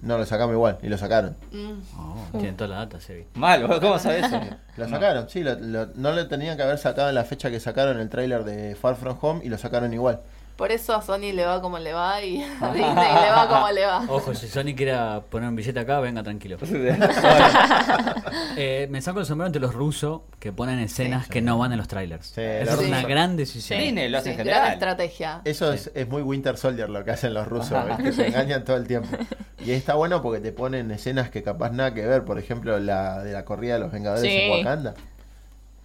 E: No, lo sacamos igual y lo sacaron.
C: Mm.
B: Oh, tienen toda la data, Sebi.
A: Mal, boludo, ¿cómo sabes eso?
E: Lo sacaron, sí, lo- lo- no lo tenían que haber sacado en la fecha que sacaron el tráiler de Far From Home y lo sacaron igual.
C: Por eso a Sony le va como le va y a
E: Ah.
C: Disney le va como le va.
B: Ojo, si Sony quiera poner un billete acá, venga tranquilo. Eh, me saco el sombrero ante los rusos que ponen escenas que no van en los trailers.
E: Sí,
B: Esa
E: los
B: es una
E: rusos.
B: gran decisión.
A: Disney lo hace
C: Sí,
A: en
C: gran
A: general.
C: estrategia.
E: Eso es, es muy Winter Soldier lo que hacen los rusos, es que se engañan todo el tiempo. Y está bueno porque te ponen escenas que capaz nada que ver, por ejemplo, la de la corrida de los Vengadores
D: Sí.
E: en Wakanda.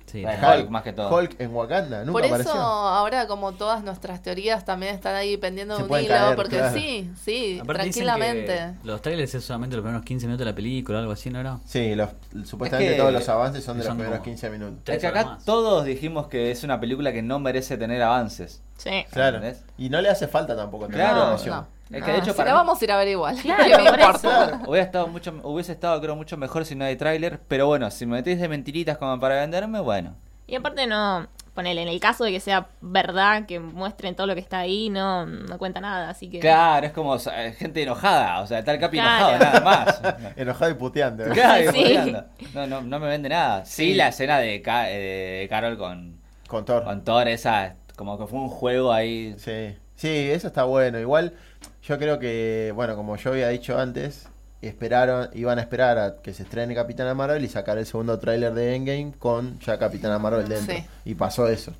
B: Sí,
A: Bueno,
B: tal-
A: Hulk, más que todo.
E: Hulk en Wakanda, nunca
C: Por eso
E: apareció.
C: ahora como todas nuestras teorías también están ahí pendiendo
E: Se
C: de un
E: pueden
C: hilo,
E: caer,
C: porque
E: claro.
C: sí, sí,
B: Aparte dicen que
C: tranquilamente.
B: Los trailers es solamente los primeros 15 minutos de la película, algo así, ¿no era?
E: Sí, los- supuestamente
A: Es que-
E: todos los avances son de los
B: son
E: primeros
B: como-
E: 15 minutos.
A: Es que
B: horas
A: acá
B: más.
A: todos dijimos que es una película que no merece tener avances.
D: Sí.
E: Claro.
A: ¿Entendés?
E: Y no le hace falta tampoco tener
A: Claro.
E: información.
C: No.
A: Es que de
C: Ah,
A: hecho
C: si
A: para
C: la
A: mí-
C: vamos a ir a averiguar.
D: Claro,
C: No
D: por
C: importa.
D: eso.
E: Claro.
A: Hubiera estado mucho, hubiese estado creo mucho mejor si no hay tráiler, pero bueno, si me metís de mentiritas como para venderme, bueno.
D: Y aparte no, ponele, en el caso de que sea verdad, que muestren todo lo que está ahí, no, no cuenta nada, así que...
A: Claro, es como o sea, gente enojada, o sea, tal capi
D: Claro.
A: enojado, nada más.
E: Enojado y puteando. ¿eh?
A: Claro,
D: Sí.
A: boludeando. No, no, no me vende nada. Sí, la escena de, Ca- eh, de Carol con,
E: Con Thor.
A: con Thor, esa, como que fue un juego ahí.
E: Sí, sí, eso está bueno. Igual, yo creo que, bueno, como yo había dicho antes, esperaron, iban a esperar a que se estrene Capitana Marvel y sacar el segundo tráiler de Endgame con ya Capitana Marvel dentro.
C: Sí.
E: Y pasó eso.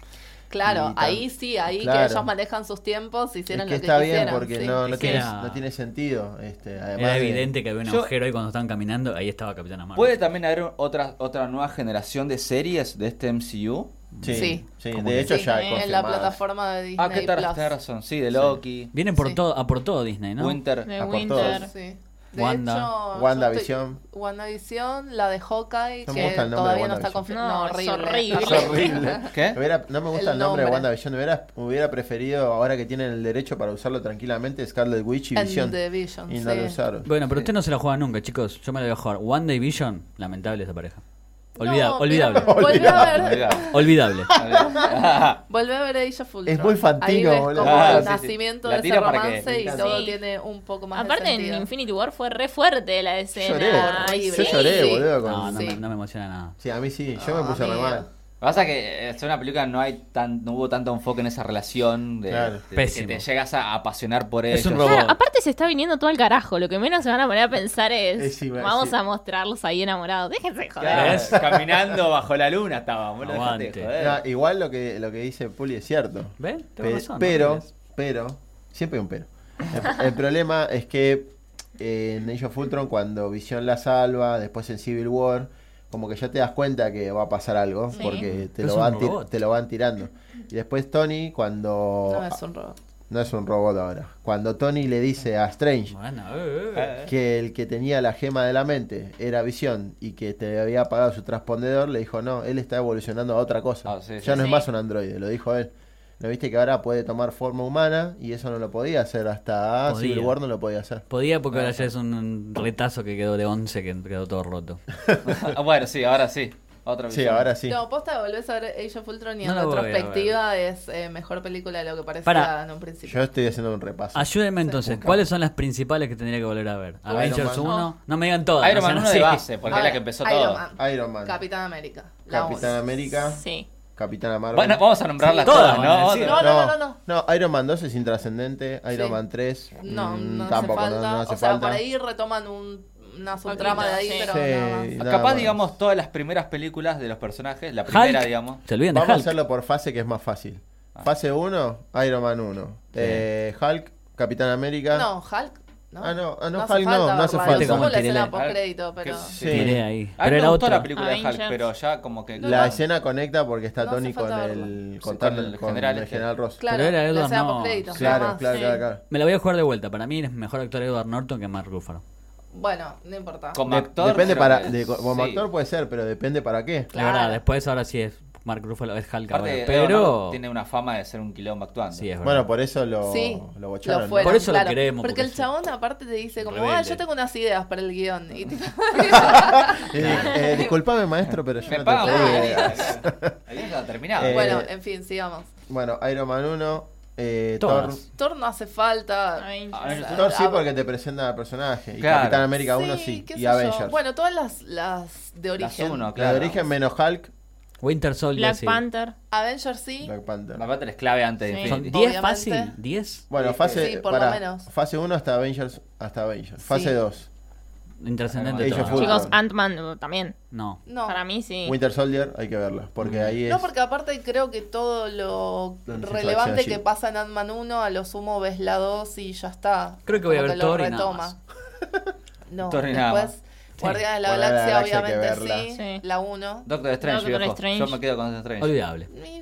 C: Claro,
E: Y tan-
C: ahí sí, ahí
E: Claro.
C: que ellos manejan sus tiempos,
E: Es
C: hicieron
E: que
C: lo que
E: está
C: quisieron.
E: bien porque
C: sí.
E: no, no,
B: Sí.
E: tiene,
B: Era-
E: no tiene sentido. Este, además
B: Era
E: de-
B: evidente que había un
A: Yo-
B: agujero ahí cuando estaban caminando, ahí estaba Capitana Marvel.
A: Puede también haber otra, otra nueva generación de series de este MCU.
E: Sí,
C: Sí.
E: sí,
B: Como
E: de
B: que
E: hecho
C: Sí,
E: ya
C: en la
E: confirmado.
C: plataforma de Disney
A: ah, qué tal,
C: Plus.
A: tenés razón, sí, de Loki,
B: Vienen por
C: Sí.
B: todo, a por todo Disney, ¿no?
A: Winter.
D: De
E: A por
D: Winter.
E: todos.
C: Sí. De
B: Wanda.
C: hecho, yo
E: WandaVision.
C: estoy- Wandavision, la de Hawkeye,
E: No me
C: que
E: gusta el nombre de
C: todavía no está
E: WandaVision.
C: confirmada.
D: No,
C: No,
D: es
C: horrible.
D: horrible.
E: Es horrible.
A: ¿Qué?
E: Hubiera- no me gusta el,
C: ¿Eh? El
E: nombre
C: nombre.
E: de WandaVision. Hubiera, hubiera preferido, ahora que tienen el derecho para usarlo tranquilamente, Scarlet Witch y
C: And
E: Vision.
C: the Vision,
E: Y no
C: sí.
E: lo usaron.
B: Bueno, pero usted no se la juega nunca, chicos. Yo me la voy a jugar. One Day Vision, lamentable esa pareja. Olvida-
C: No,
B: olvidable.
C: pero Volvé
A: Ah,
C: a ver.
B: Olvidable.
C: Volvé a ver Age of Ultron.
E: Es muy fantino,
C: Ahí ves
E: boludo.
C: como
A: Ah,
C: el
A: sí, sí.
C: nacimiento
A: La
C: de ese
A: tira para que-
C: romance y
E: Sí.
C: todo tiene un poco más
D: Aparte
C: de
D: en
C: sentido.
D: Infinity War fue re fuerte la escena.
E: lloré.
D: Ay,
E: Yo
C: sí.
E: lloré,
C: Sí.
E: boludo. Con...
B: No, no,
C: Sí.
B: me, no me emociona nada.
E: Sí, a mí sí. Yo me
C: Ah,
E: puse re
C: amigo.
E: mal.
A: Pasa que eh, es una película no hay tan, no hubo tanto enfoque en esa relación de,
E: Claro.
A: de- de
B: Pésimo.
A: que te llegas a apasionar por
B: Es
A: ellos.
B: un robot.
D: Claro, aparte se está viniendo todo al carajo. Lo que menos se van a poner a pensar es:
E: Eh, sí, va-
D: vamos
E: sí.
D: a mostrarlos ahí enamorados. Déjense joder.
A: Claro,
B: ¿Ves?
A: caminando bajo la luna estábamos. boludo,
B: Aguante.
A: dejate de joder.
E: No, igual lo que, lo que dice Puli es cierto.
B: ¿Ves?
E: Pe- pero, pero, siempre hay un pero. El, el problema es que eh, en Age of Ultron, cuando Visión la salva, después en Civil War, como que ya te das cuenta que va a pasar algo,
D: Sí.
E: porque te
B: Es
E: lo,
B: un
E: van ti-
B: robot.
E: te lo van tirando. Y después Tony, cuando...
C: No es un robot.
E: no es un robot ahora. Cuando Tony le dice a Strange
B: Bueno, eh, eh.
E: que el que tenía la gema de la mente era Visión y que te había apagado su transpondedor, le dijo, no, él está evolucionando a otra cosa.
A: Ah, sí, sí,
E: ya no
D: sí.
E: es más un androide, lo dijo él. ¿No viste que ahora puede tomar forma humana? Y eso no lo podía hacer, hasta
B: Podía.
E: Civil War no lo podía hacer.
B: Podía porque ahora ya es un retazo que quedó de 11 que quedó todo roto.
A: Ah, bueno, sí, ahora Ah, sí. Otra
E: Sí,
A: visión.
E: ahora sí.
C: No, posta, volvés a ver Age of Ultron y
B: No
C: en
B: la voy a ver.
C: retrospectiva es eh, mejor película de lo que parecía
B: Pará.
C: en un principio.
E: Yo estoy haciendo un repaso.
B: Ayúdenme entonces, ¿cuáles son las principales que tendría que volver a ver? Avengers
E: Man.
B: 1, no me digan todas.
A: Iron
B: no
A: Man
B: sean
A: 1 de
B: así.
A: base, porque
C: A
A: es la
C: ver,
A: que empezó
C: Iron
A: todo.
C: Man,
E: Iron Man,
C: Capitán América. la
E: Capitán
C: once.
E: América,
D: Sí.
E: Capitana Marvel.
A: Bueno, vamos a nombrarlas
B: Sí,
A: todas,
B: todas,
A: ¿no?
B: sí.
C: No, no, no, no,
E: Iron Man 2 es intrascendente, Iron
C: Sí.
E: Man 3
C: No,
E: mm,
C: no hace
E: tampoco, no-
C: falta.
E: no, hace
C: o sea,
E: falta.
C: por ahí retoman un, una subtrama de ahí,
D: Sí.
C: pero
E: Sí.
C: nada más.
E: nada
A: Capaz,
E: más.
A: digamos, todas las primeras películas de los personajes, la primera,
B: Hulk,
A: digamos.
B: se olvidan de
E: Vamos a
B: Hulk.
E: hacerlo por fase que es más fácil.
A: Ah.
E: Fase 1, Iron Man 1. Eh, Hulk, Capitán América.
C: No, Hulk. No.
E: Ah, no, ah, no,
C: hace
E: Hulk no,
C: falta
E: no
C: verla. Es
E: hace falta.
C: como
B: Viste
C: la
B: cómo
C: escena
B: tiene-
C: post-crédito, pero.
A: Que-
E: Sí.
B: Tiré ahí.
A: A mí
B: Pero
A: me
B: era
A: gustó
B: otra.
A: la película de Hulk,
D: Avengers.
A: pero ya como que...
E: La
C: no.
E: escena conecta porque está
C: No hace
E: Tony con
C: falta
E: el,
C: verlo.
E: con,
A: Sí, con
E: Tony-
A: el
E: con el
A: general
E: general,
A: este.
E: Ross.
C: Claro,
B: Pero era
C: la
B: Edward
C: escena
B: Norton.
C: post-crédito,
E: Claro,
C: jamás.
E: claro,
D: sí.
E: claro, claro.
B: Me la voy a jugar de vuelta. Para mí es mejor actor Edward Norton que Mark Ruffalo.
C: Bueno, no importa.
A: Como
E: De-
A: actor...
E: depende
A: creo
E: para,
A: que
E: de- como
A: sí.
E: actor puede ser, pero depende para qué.
B: La verdad,
C: Claro.
B: después ahora sí es Mark Ruffalo, es Hulk ahora,
A: Aparte,
B: Pero...
A: Leonardo tiene una fama de ser un quilombo actuando.
B: Sí, es verdad.
E: Bueno, pues, por eso lo,
C: Sí,
E: lo bocharon. ¿no?
C: fueron,
B: Por eso lo
C: claro.
B: queremos,
C: Porque,
B: porque
C: el
B: sí.
C: chabón aparte te dice como, ah,
B: Rebelde.
C: yo tengo unas ideas para el guión. Y tipo,
E: Eh, eh, disculpame, maestro, pero yo
A: Me
E: no te
A: paga
E: puedo
A: una
E: ir.
A: idea. Ahí está terminado.
E: Eh,
C: bueno, en fin, sigamos.
E: Bueno, Iron Man 1, eh, Thor.
B: Todas.
C: Thor no hace falta.
D: Avengers.
E: Thor sí, porque te presenta al personaje. Y
A: Claro.
E: Capitán América 1
C: Ah, Sí,
E: sí.
C: qué sé
E: Y
C: yo.
E: Avengers.
C: Bueno, todas las, las de
A: Las
C: origen.
A: uno,
E: la
A: claro.
E: de origen menos Hulk,
B: Winter Soldier,
D: Black
B: sí.
D: Panther.
C: Avengers sí.
E: Black Panther.
A: La batalla es clave antes de
D: Sí.
B: Son
A: Infinity.
B: 10
C: Obviamente.
B: fácil, 10
E: Bueno, fase,
C: Sí, por
E: pará.
C: lo menos.
E: fase 1 hasta Avengers, hasta Avengers.
C: Sí.
E: Fase 2,
B: intrascendente.
A: Age
B: todo,
E: of
B: ¿no?
E: Ultron.
D: Chicos, Ant-Man también.
B: No.
C: No.
D: Para mí sí.
E: Winter Soldier, hay que verla, porque ahí es
C: No, porque aparte creo que todo lo
E: No, no se
C: relevante
E: flashea
C: que
E: allí.
C: pasa en Ant-Man 1, a lo sumo ves la 2 y ya está.
B: Creo que voy a
C: Como
B: ver
C: lo
B: Thor y nada
C: retoma.
B: más.
C: No,
A: Thor y nada
C: después Guardianes de la
E: Guardianes de la
C: Galaxia,
E: Galaxia hay que
C: obviamente sí,
D: verla. Sí.
C: la 1.
A: Doctor Strange,
D: Doctor
A: viejo.
D: Strange.
A: Yo me quedo con Doctor Strange.
B: Olvidable.
C: Y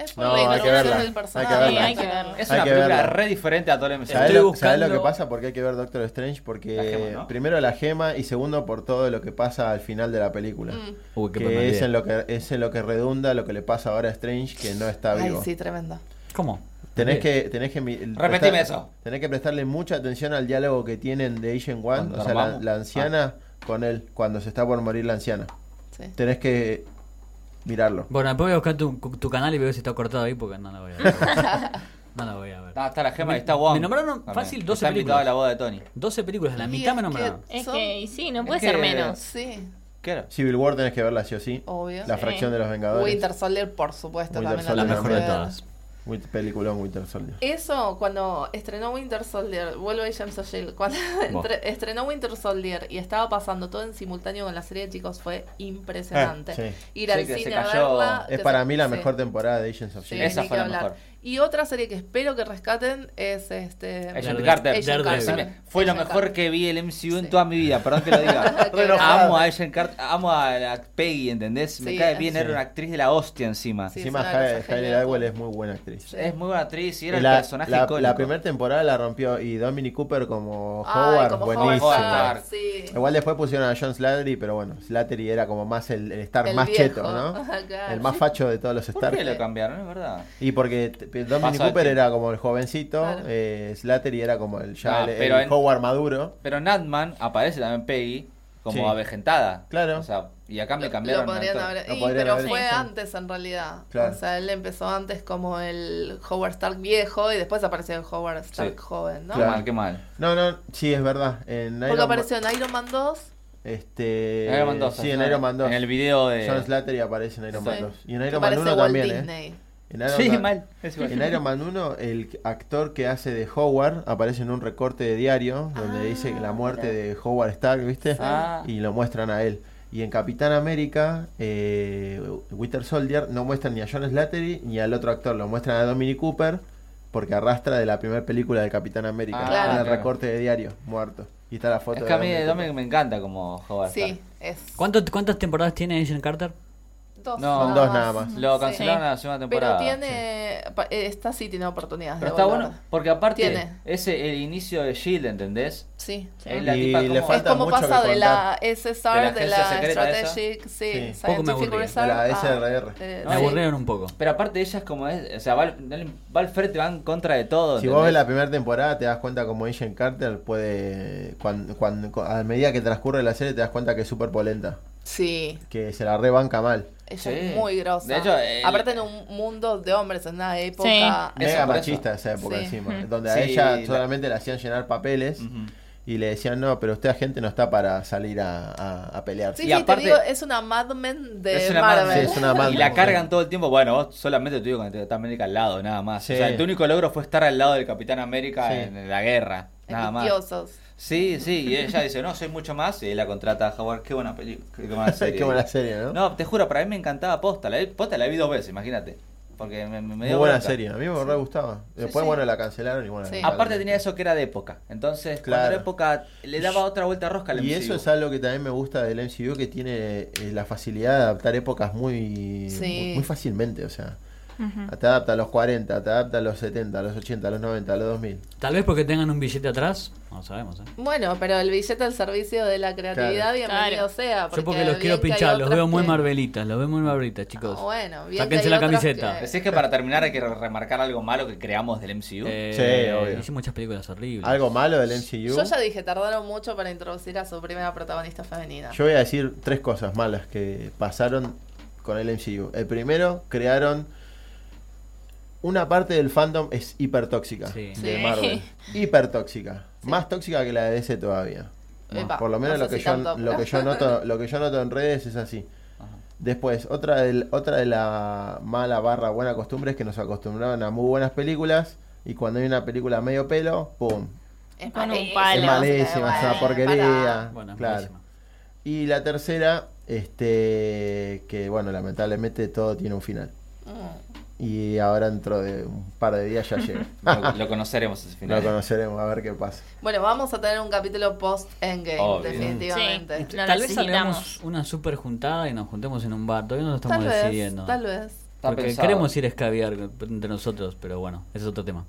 C: Es por
E: No,
C: la
E: hay que
C: introducción
E: verla, hay
C: del
E: que
C: personaje.
E: verla.
D: Sí, hay que verla.
A: Es
E: Hay
A: una
E: que
A: película
E: verla.
A: re diferente a todo el MCU.
E: ¿Sabés
B: Estoy
E: lo, sabés lo
B: buscando-
E: que pasa? Porque hay que ver Doctor Strange, porque
A: La gema, ¿no?
E: primero la gema y segundo por todo lo que pasa al final de la película.
C: Mm.
B: Uy, qué buena
E: Que es,
B: idea.
E: en lo que es en lo que redunda lo que le pasa ahora a Strange, que no está
C: Ay,
E: vivo.
C: sí, tremenda.
B: ¿Cómo?
E: Tenés
B: Bien.
E: que, tenés que mi- prestar-
A: eso.
E: Tenés que prestarle mucha atención al diálogo que tienen de Agent One,
A: Cuando
E: o sea, la,
A: armamos.
E: la anciana con él, cuando se está por morir la anciana.
C: Sí.
E: Tenés que mirarlo.
B: Bueno, después voy a buscar tu, tu canal y veo si está cortado ahí porque no la voy a ver. no la voy a ver.
A: Ah, está la gema
B: Me-
A: y está Wong.
B: me nombraron
A: También.
B: fácil 12
A: Está invitado
B: películas.
A: a la boda de Tony.
B: 12 películas, la
C: Y
B: mitad
C: es
B: me
C: que-
B: nombraron.
D: Es
C: Son-
D: que y sí, no
A: es
D: puede
A: que-
D: ser menos.
C: Sí,
A: ¿Qué era?
E: Civil War tenés que verla sí o sí.
C: obvio.
E: La fracción de los Vengadores.
C: Winter Soldier, por supuesto,
E: Winter
C: también
E: Soldier,
B: La
E: Yo la
B: mejor
E: voy
B: de
E: a
B: todas.
E: Win- Peliculón Winter Soldier.
C: Eso, cuando estrenó Winter Soldier, vuelvo a James O'Shea, cuando entre- estrenó Winter Soldier y estaba pasando todo en simultáneo con la serie, chicos, fue impresionante.
E: Ah, sí.
C: Ir al
A: Sí, que se
C: cine a
A: cayó.
C: verla.
E: Es
C: que
E: para
C: se-
E: mí la
C: sí,
E: mejor temporada de Agents of
C: sí,
E: S.H.I.E.L.D.
A: Esa
C: ni
A: fue
C: que
A: la
C: hablar.
A: mejor.
C: Y otra serie que espero que rescaten es este...
A: Agent
B: Daredevil.
A: Carter.
C: Agent Carter.
B: Daredevil.
A: Decime, fue lo
C: Agent
A: mejor
C: Carter.
A: que vi el MCU en
C: Sí.
A: toda mi vida, perdón que lo diga.
C: Qué enojada.
A: amo a Agent Carter, amo a la Peggy, ¿entendés? Me
C: Sí,
A: cae bien,
C: sí.
A: era una actriz de la hostia encima.
C: Sí,
E: Encima
C: es una cosa
E: Hailey
C: genial.
E: Atwell es muy buena actriz.
C: Sí.
A: Es muy buena actriz y era
E: la,
A: el personaje
E: la,
A: icónico.
E: la primera temporada la rompió y Dominic Cooper como
C: Ay,
E: Howard,
C: como
E: buenísimo.
A: buenísimo.
C: Howard, sí.
E: Igual después pusieron a John Slattery, pero bueno, Slattery era como más el, el Star
C: El
E: más
C: viejo,
E: cheto, ¿no?
C: claro.
E: El más facho de todos los
A: ¿Por
E: Stars.
A: qué lo cambiaron? Es verdad.
E: Y porque t- p- Dominic
A: Pasa el
E: Cooper
A: tiempo.
E: era como el jovencito,
C: Claro.
E: eh, Slattery era como el, ya
A: Ah,
E: el- el
A: pero en-
E: Howard maduro.
A: Pero en Ant-Man aparece también Peggy como
E: Sí.
A: avejentada.
E: Claro.
A: O sea, y acá me
C: Lo-
A: cambiaron.
C: lo podrían
A: ¿no?
C: haber-
E: Lo
C: y,
E: podrían
C: pero
E: haber
C: fue
D: hecho.
C: antes en realidad.
E: Claro.
C: O sea, él empezó antes como el Howard Stark viejo y después apareció el Howard Stark joven, ¿no?
A: Qué
E: Claro.
A: mal, qué mal.
E: No, no, sí, es verdad. En
C: Porque
E: Iron Man-
C: apareció en Iron Man 2.
E: Este,
A: En Iron Man 2,
E: Sí, en
A: ¿no?
E: Iron Man 2.
A: En el video de.
E: John Slattery aparece en Iron Man
C: Sí.
E: 2. Y en
C: que
E: Iron Man
C: parece
E: 1
C: Walt
E: también, ¿eh?
C: Disney.
E: En Iron
A: Sí,
E: Man-
A: mal. Es igual.
E: En Iron Man 1, el actor que hace de Howard aparece en un recorte de diario donde
C: Ah,
E: dice que la muerte
A: mira.
E: de Howard Stark, ¿viste?
A: Ah.
E: Y lo muestran a él. Y en Capitán América, eh, Winter Soldier, no muestran ni a John Slattery ni al otro actor, lo muestran a Dominic Cooper porque arrastra de la primera película de Capitán América.
A: Ah,
C: Claro.
E: En el
A: claro.
E: recorte de diario, muerto. Y está la foto
A: Es que a mí
E: Dominic
A: Dominic
E: Cooper.
A: me encanta como Howard.
C: Sí,
A: Stark.
C: es
B: ¿Cuánto- ¿Cuántas temporadas tiene Agent Carter?
C: dos.
A: No,
E: Son dos nada más.
A: Lo
C: Sí.
A: cancelaron en la segunda temporada.
C: Pero tiene. pa- eh, Esta sí tiene oportunidades.
A: Pero
C: Ah, de
A: está
C: volver.
A: bueno porque aparte
C: Tiene.
A: ese el inicio de Shield, ¿entendés?
C: Sí.
A: Es la
E: Y
A: tipa
E: le
A: como-
C: Es
E: falta
C: como
E: mucho
C: pasa
E: que
C: de la SSR,
A: De la agencia
C: de la,
A: secreta esa.
C: Strategic, sí,
E: Sí.
B: Poco me
C: Scientific
B: aburrí.
C: Reserve.
E: De la
C: a-
E: SRR.
C: eh,
B: Me
C: sí.
B: aburrieron un poco.
A: Pero aparte ella es como es, o sea, va, al- va al frente, va en contra de todo.
E: Si vos ves
A: ¿entendés?
E: la primera temporada te das cuenta como Agent Carter puede, cuando, cuando, cu- a medida que transcurre la serie te das cuenta que es súper polenta,
C: Sí.
E: que se la rebanca mal.
C: Ella
A: Sí.
C: es muy grosa.
A: De hecho, el-
C: Aparte en un mundo de hombres, en una época...
A: Eso,
E: Mega
A: por
E: machista esa época
C: Sí.
E: encima,
D: Ujú.
E: donde a
A: Sí,
E: ella
A: la-
E: solamente le hacían llenar papeles
A: Ujú.
E: y le decían, no, pero usted agente no está para salir a, a, a pelear.
C: Sí,
A: Y
C: sí,
A: aparte-
C: te digo, es una Mad Men de
A: Es una
C: Marvel.
A: Marvel.
E: Sí, es una Mad
A: Y
E: Men,
A: la
E: sí.
A: cargan todo el tiempo. Bueno, vos solamente tuviste con el Capitán América al lado, nada más.
E: Sí.
A: O sea, tu único logro fue estar al lado del Capitán América
E: Sí.
A: en la guerra. Nada más.
C: Envidiosos.
A: Sí, sí, y ella dice, no, soy mucho más. Y él la contrata a Howard. Qué buena película. Qué buena serie.
E: Qué buena serie, ¿no?
A: No, te juro, para mí me encantaba Posta. La, vi- posta la vi dos veces, imagínate. Porque me, me- me
E: Muy
A: dio
E: buena
A: bronca.
E: serie, a mí me re gustaba. Después,
C: sí.
E: bueno, la cancelaron y bueno.
C: Sí.
E: la-
A: Aparte tenía eso que era de época. Entonces, cuando
E: Claro.
A: era época, le daba otra vuelta rosca al
E: Y
A: MCU.
E: eso es algo que también me gusta del MCU, que tiene eh, la facilidad de adaptar épocas muy,
C: Sí.
E: muy, muy fácilmente, o sea. Te adapta a los 40, te adapta a los 70, a los 80, a los 90, a los 2000.
B: Tal vez porque tengan un billete atrás. No sabemos, ¿eh?
C: Bueno, pero el billete al servicio de la creatividad,
E: Claro.
C: bienvenido
D: Claro.
C: sea.
B: Yo porque los
C: bien
B: quiero
C: que hay
B: pinchar, los
C: otras
B: veo muy
C: que-
B: marvelitas, los veo muy marvelitas, chicos.
C: Ah, bueno, bien que
B: Sáquense
C: hay
B: la
C: otras
B: camiseta.
C: que-
A: Decís que para terminar hay que remarcar algo malo que creamos del MCU.
B: Eh,
E: Sí, obvio.
B: Hice muchas películas horribles.
E: Algo malo del MCU.
C: Yo ya dije, tardaron mucho para introducir a su primera protagonista femenina.
E: Yo voy a decir tres cosas malas que pasaron con el MCU. El primero, crearon una parte del fandom es hipertóxica
B: Sí.
D: Sí.
E: de Marvel. Hipertóxica.
C: Sí.
E: Más tóxica que la de DC todavía.
C: Epa,
E: Por lo menos
C: no
E: lo
C: sé
E: que
C: si
E: yo
C: tanto,
E: lo que yo noto, lo que yo noto en redes es así.
A: Ajá.
E: Después, otra de, otra de la mala barra buena costumbre es que nos acostumbraban a muy buenas películas y cuando hay una película medio pelo, ¡pum!
C: Es
D: Con un
C: malísima,
D: palo.
E: Es
D: Palo.
E: malísima, es una
C: bueno,
E: porquería.
C: pará.
B: Bueno, es
E: claro.
B: malísima.
E: Y la tercera, este que bueno, lamentablemente todo tiene un final.
C: Mm.
E: Y ahora dentro de un par de días ya llega.
A: Lo, lo conoceremos ese
E: Lo
A: final.
E: conoceremos, a ver qué pasa.
C: Bueno, vamos a tener un capítulo post-endgame,
A: Obvio.
C: definitivamente.
D: Sí. Lo
B: Tal vez
D: necesitamos.
B: salgamos una super juntada y nos juntemos en un bar. Todavía no lo estamos
C: Tal
B: decidiendo.
C: vez, tal vez.
A: Está
B: Porque
A: pensado.
B: queremos ir a escabiar entre nosotros, pero bueno, ese es otro tema.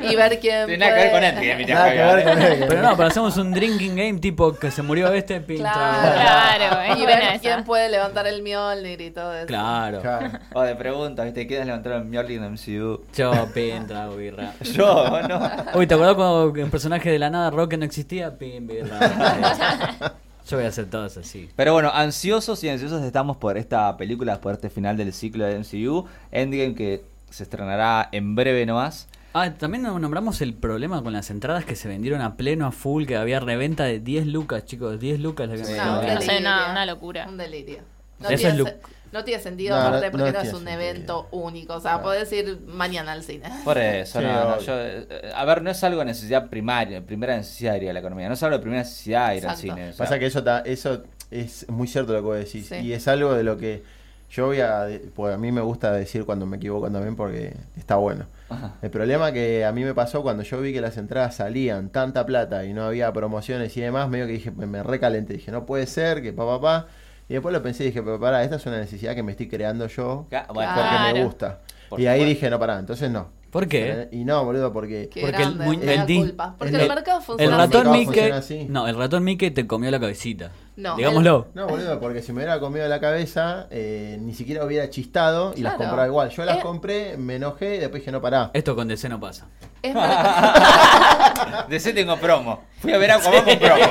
C: Y ver quién
A: Tiene nada que ver
C: puede-
A: con Endgame, mirá,
E: Nada que ver
A: Javier.
E: con él.
B: Pero no, pero hacemos un drinking game tipo que se murió este, pinta.
C: Claro,
D: Claro, es
C: y
D: buena
C: ver
D: esa.
C: quién puede levantar el Mjolnir y todo eso.
B: Claro.
E: Claro.
A: O Oh, de preguntas, ¿viste? ¿Quieres levantar el Mjolnir en MCU?
B: Yo, pin, trago birra.
A: Yo, ¿o ¿no?
B: Uy, ¿te acordás cuando el personaje de la nada Rock no existía? Pin, birra. Yo voy a hacer todas así.
A: Pero bueno, ansiosos y ansiosos estamos por esta película, por este final del ciclo de MCU. Endgame que se estrenará en breve nomás.
B: Ah, también nombramos el problema con las entradas que se vendieron a pleno, a full, que había reventa de 10 lucas, chicos. 10 lucas las
A: Sí.
B: habían
C: No,
B: vendido.
C: un
D: No sé,
C: delirio.
D: una- una locura.
C: Un delirio. No,
B: Eso
C: tiene,
B: es lu-
C: se- no tiene sentido,
E: No,
C: aparte,
E: no-
C: porque no,
E: no
C: es
E: tiene
C: un
E: sentido.
C: evento único. O sea,
E: Claro.
C: podés ir mañana al cine.
A: Por eso,
E: Sí,
A: no, no,
E: obvio.
A: yo, eh, a ver, no es algo de necesidad primaria, primera necesidad de ir a la economía, no es algo de primera necesidad de ir
C: Exacto.
A: al cine. o sea.
E: Pasa que eso, ta- eso es muy cierto lo que vos decís.
C: Sí.
E: Y es algo de lo que yo voy a. de- Pues a mí me gusta decir cuando me equivoco también porque está bueno.
A: Ajá.
E: El problema que a mí me pasó cuando yo vi que las entradas salían tanta plata y no había promociones y demás, medio que dije, me, me recalenté. Dije, no puede ser, que papá, papá. Y después lo pensé y dije, pero pará, esta es una necesidad que me estoy creando yo
A: Ca- bueno,
E: porque
D: Claro.
E: me gusta.
A: Por
E: y ahí
A: supuesto.
E: dije, no, pará, entonces no.
B: ¿Por qué?
E: Y no, boludo, porque.
C: Qué
B: Porque el
C: grande,
B: mu-
C: me da
B: el di-
C: culpa. Porque el,
B: el-
C: mercado
B: El
C: funciona así.
B: ratón
E: mercado
B: Mickey.
E: funciona así.
B: No, el ratón Mickey te comió la cabecita.
C: No,
B: Digámoslo.
E: No, boludo, porque si me hubiera comido la cabeza, eh, ni siquiera hubiera chistado y las
C: Claro.
E: compraba igual. Yo las
C: Eh.
E: compré, me enojé y después dije, no, pará.
B: Esto con DC no pasa.
C: Es mercado-
A: De ese tengo promo. Fui a ver a Aquaman con promo.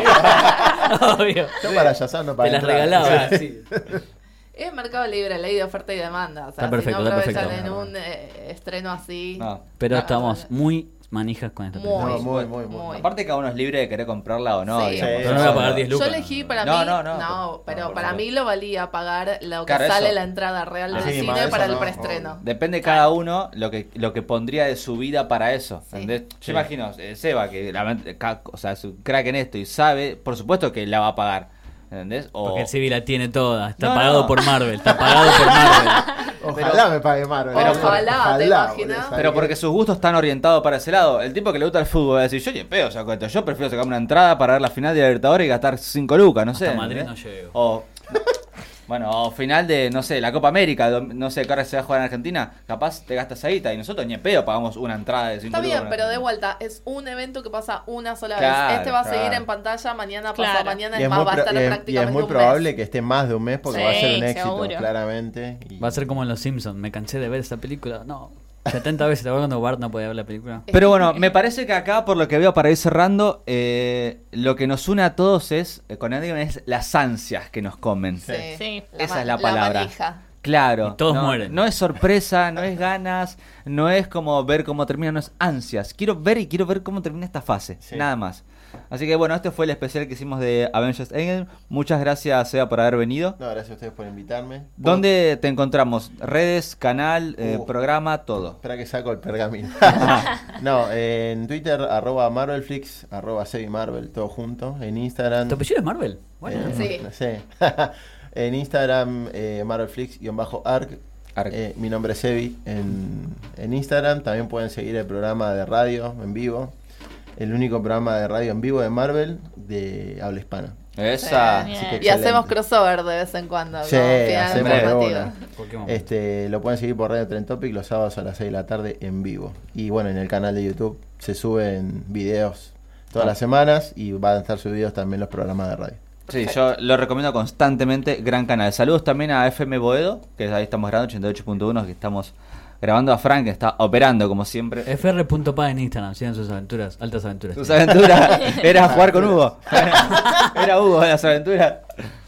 B: Obvio.
E: Yo para Yazar no para
B: Eh, Te las
E: entrar. Ah,
B: regalaba. sí.
C: es mercado libre, ley de oferta y demanda. O sea,
B: Está perfecto,
C: si no
B: está
C: aprovechan
B: perfecto.
C: en un eh, estreno así.
A: No.
B: Pero
C: Ah,
B: estamos
C: vale.
B: muy manijas con esta película.
E: No,
C: Muy,
E: muy, muy, muy.
C: muy.
A: Aparte cada uno es libre de querer comprarla o no.
C: Sí.
A: digamos.
E: Sí.
B: Pero no voy a pagar 10
C: Yo
B: lucas.
C: elegí para
A: No,
C: mí.
A: no,
C: No,
A: no.
C: pero
A: No, por
C: para
A: favor.
C: mí lo valía pagar lo que
A: Claro, eso.
C: sale la entrada real
E: Ah,
C: del
E: sí, más
C: cine
E: eso
C: para
E: no.
C: el preestreno.
A: Depende cada uno lo que, lo que pondría de su vida para eso.
C: Sí.
A: ¿entendés? Yo
E: Sí.
A: imagino, eh, Seba, que la- ca- o sea, es un crack en esto y sabe, por supuesto que la va a pagar. ¿Entendés? O,
E: Oh.
B: Porque el civil la tiene toda. Está
A: No,
B: pagado
A: no.
B: por Marvel. Está pagado por Marvel.
E: Ojalá me pague Marvel. eh,
C: Pero
E: boludo.
C: ojalá, ¿te
E: Ojalá,
C: imaginas?
E: boludo, ¿sabes
A: pero
E: qué?
A: porque sus gustos están orientados para ese lado. El tipo que le gusta el fútbol va a decir, yo ni en pedo saco esto. Yo prefiero sacarme una entrada para ver la final de la Libertadores y gastar 5 lucas, no sé.
B: Hasta
E: ¿eh?
B: Madrid
A: ¿entendés?
B: no llego.
A: O, bueno, o final de, no sé, la Copa América, do- no sé, que ahora se va a jugar en Argentina. Capaz te gastas ahí y nosotros ni en pedo pagamos una entrada de 5
C: Está
A: lucas.
C: bien,
A: para-
C: pero de vuelta, es un evento que pasa una sola
A: Claro,
C: vez. Este va a seguir
E: claro.
C: en pantalla mañana, pasado
D: Claro.
C: mañana,
E: Y
C: es
E: es,
C: más,
E: muy
C: va a
E: pro- eh,
C: estar
E: y es- y
C: prácticamente
E: es muy
C: un mes.
E: probable que esté más de un mes porque va a ser
D: Sí,
E: un éxito,
D: seguro.
E: claramente. y-
B: Va a ser como en Los Simpsons. Me cansé de ver esta película. No. 70 veces. ¿Te acuerdas cuando Bart no podía ver la película?
A: Pero bueno, me parece que acá, por lo que veo para ir cerrando, eh, lo que nos une a todos es, eh, con Endgame, es las ansias que nos comen.
C: Sí.
D: Sí.
A: Esa
C: ma-
A: es la palabra.
C: manija.
A: Claro.
B: Y todos
A: no,
B: mueren.
A: No es sorpresa, no es ganas, no es como ver cómo termina, no es ansias. Quiero ver y quiero ver cómo termina esta fase.
E: Sí.
A: Nada más. Así que bueno, este fue el especial que hicimos de Avengers Endgame. Muchas gracias, Seba, por haber venido.
E: No, gracias a ustedes por invitarme.
A: ¿Dónde te encontramos? Redes, canal, eh,
E: Uh.
A: programa, todo.
E: Espera que saco el pergamino. no, eh, en Twitter, arroba Marvelflix, arroba Sebi Marvel, todo junto. En Instagram.
B: ¿Tu apellido es Marvel? Bueno.
E: eh,
C: Sí.
E: no sé. en Instagram, eh, Marvelflix-arc.
A: Arc.
E: Eh, mi nombre es Sebi. En, en Instagram también pueden seguir el programa de radio en vivo. El único programa de radio en vivo de Marvel de habla hispana.
A: Esa.
C: Sí.
E: Así que
C: Y hacemos
E: excelente.
C: crossover de vez en cuando.
E: Sí,
C: como final
E: hacemos
A: de
C: informativo.
E: una.
B: Pokémon.
E: Este, lo pueden seguir por Radio Tren Topic los sábados a las 6 de la tarde en vivo. Y bueno, en el canal de YouTube se suben videos todas las semanas y van a estar subidos también los programas de radio.
A: Sí, yo lo recomiendo constantemente. Gran canal. Saludos también a FM Boedo, que ahí estamos grabando, 88.1, que estamos grabando a Frank, que está operando como siempre.
B: fr.pa en Instagram. Sigan sus aventuras. Altas aventuras.
A: Sus aventuras. Era jugar con Hugo. Era Hugo en las aventuras.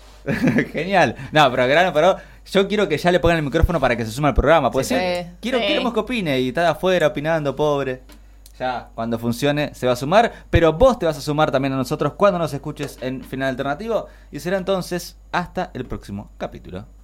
A: Genial. No, pero grano, pero yo quiero que ya le pongan el micrófono para que se suma al programa. Pues
C: Sí.
A: sí,
C: Sí.
A: quiero,
D: Sí.
A: queremos que opine y está de afuera opinando, pobre. Ya, cuando funcione se va a sumar, pero vos te vas a sumar también a nosotros cuando nos escuches en Final Alternativo y será entonces hasta el próximo capítulo.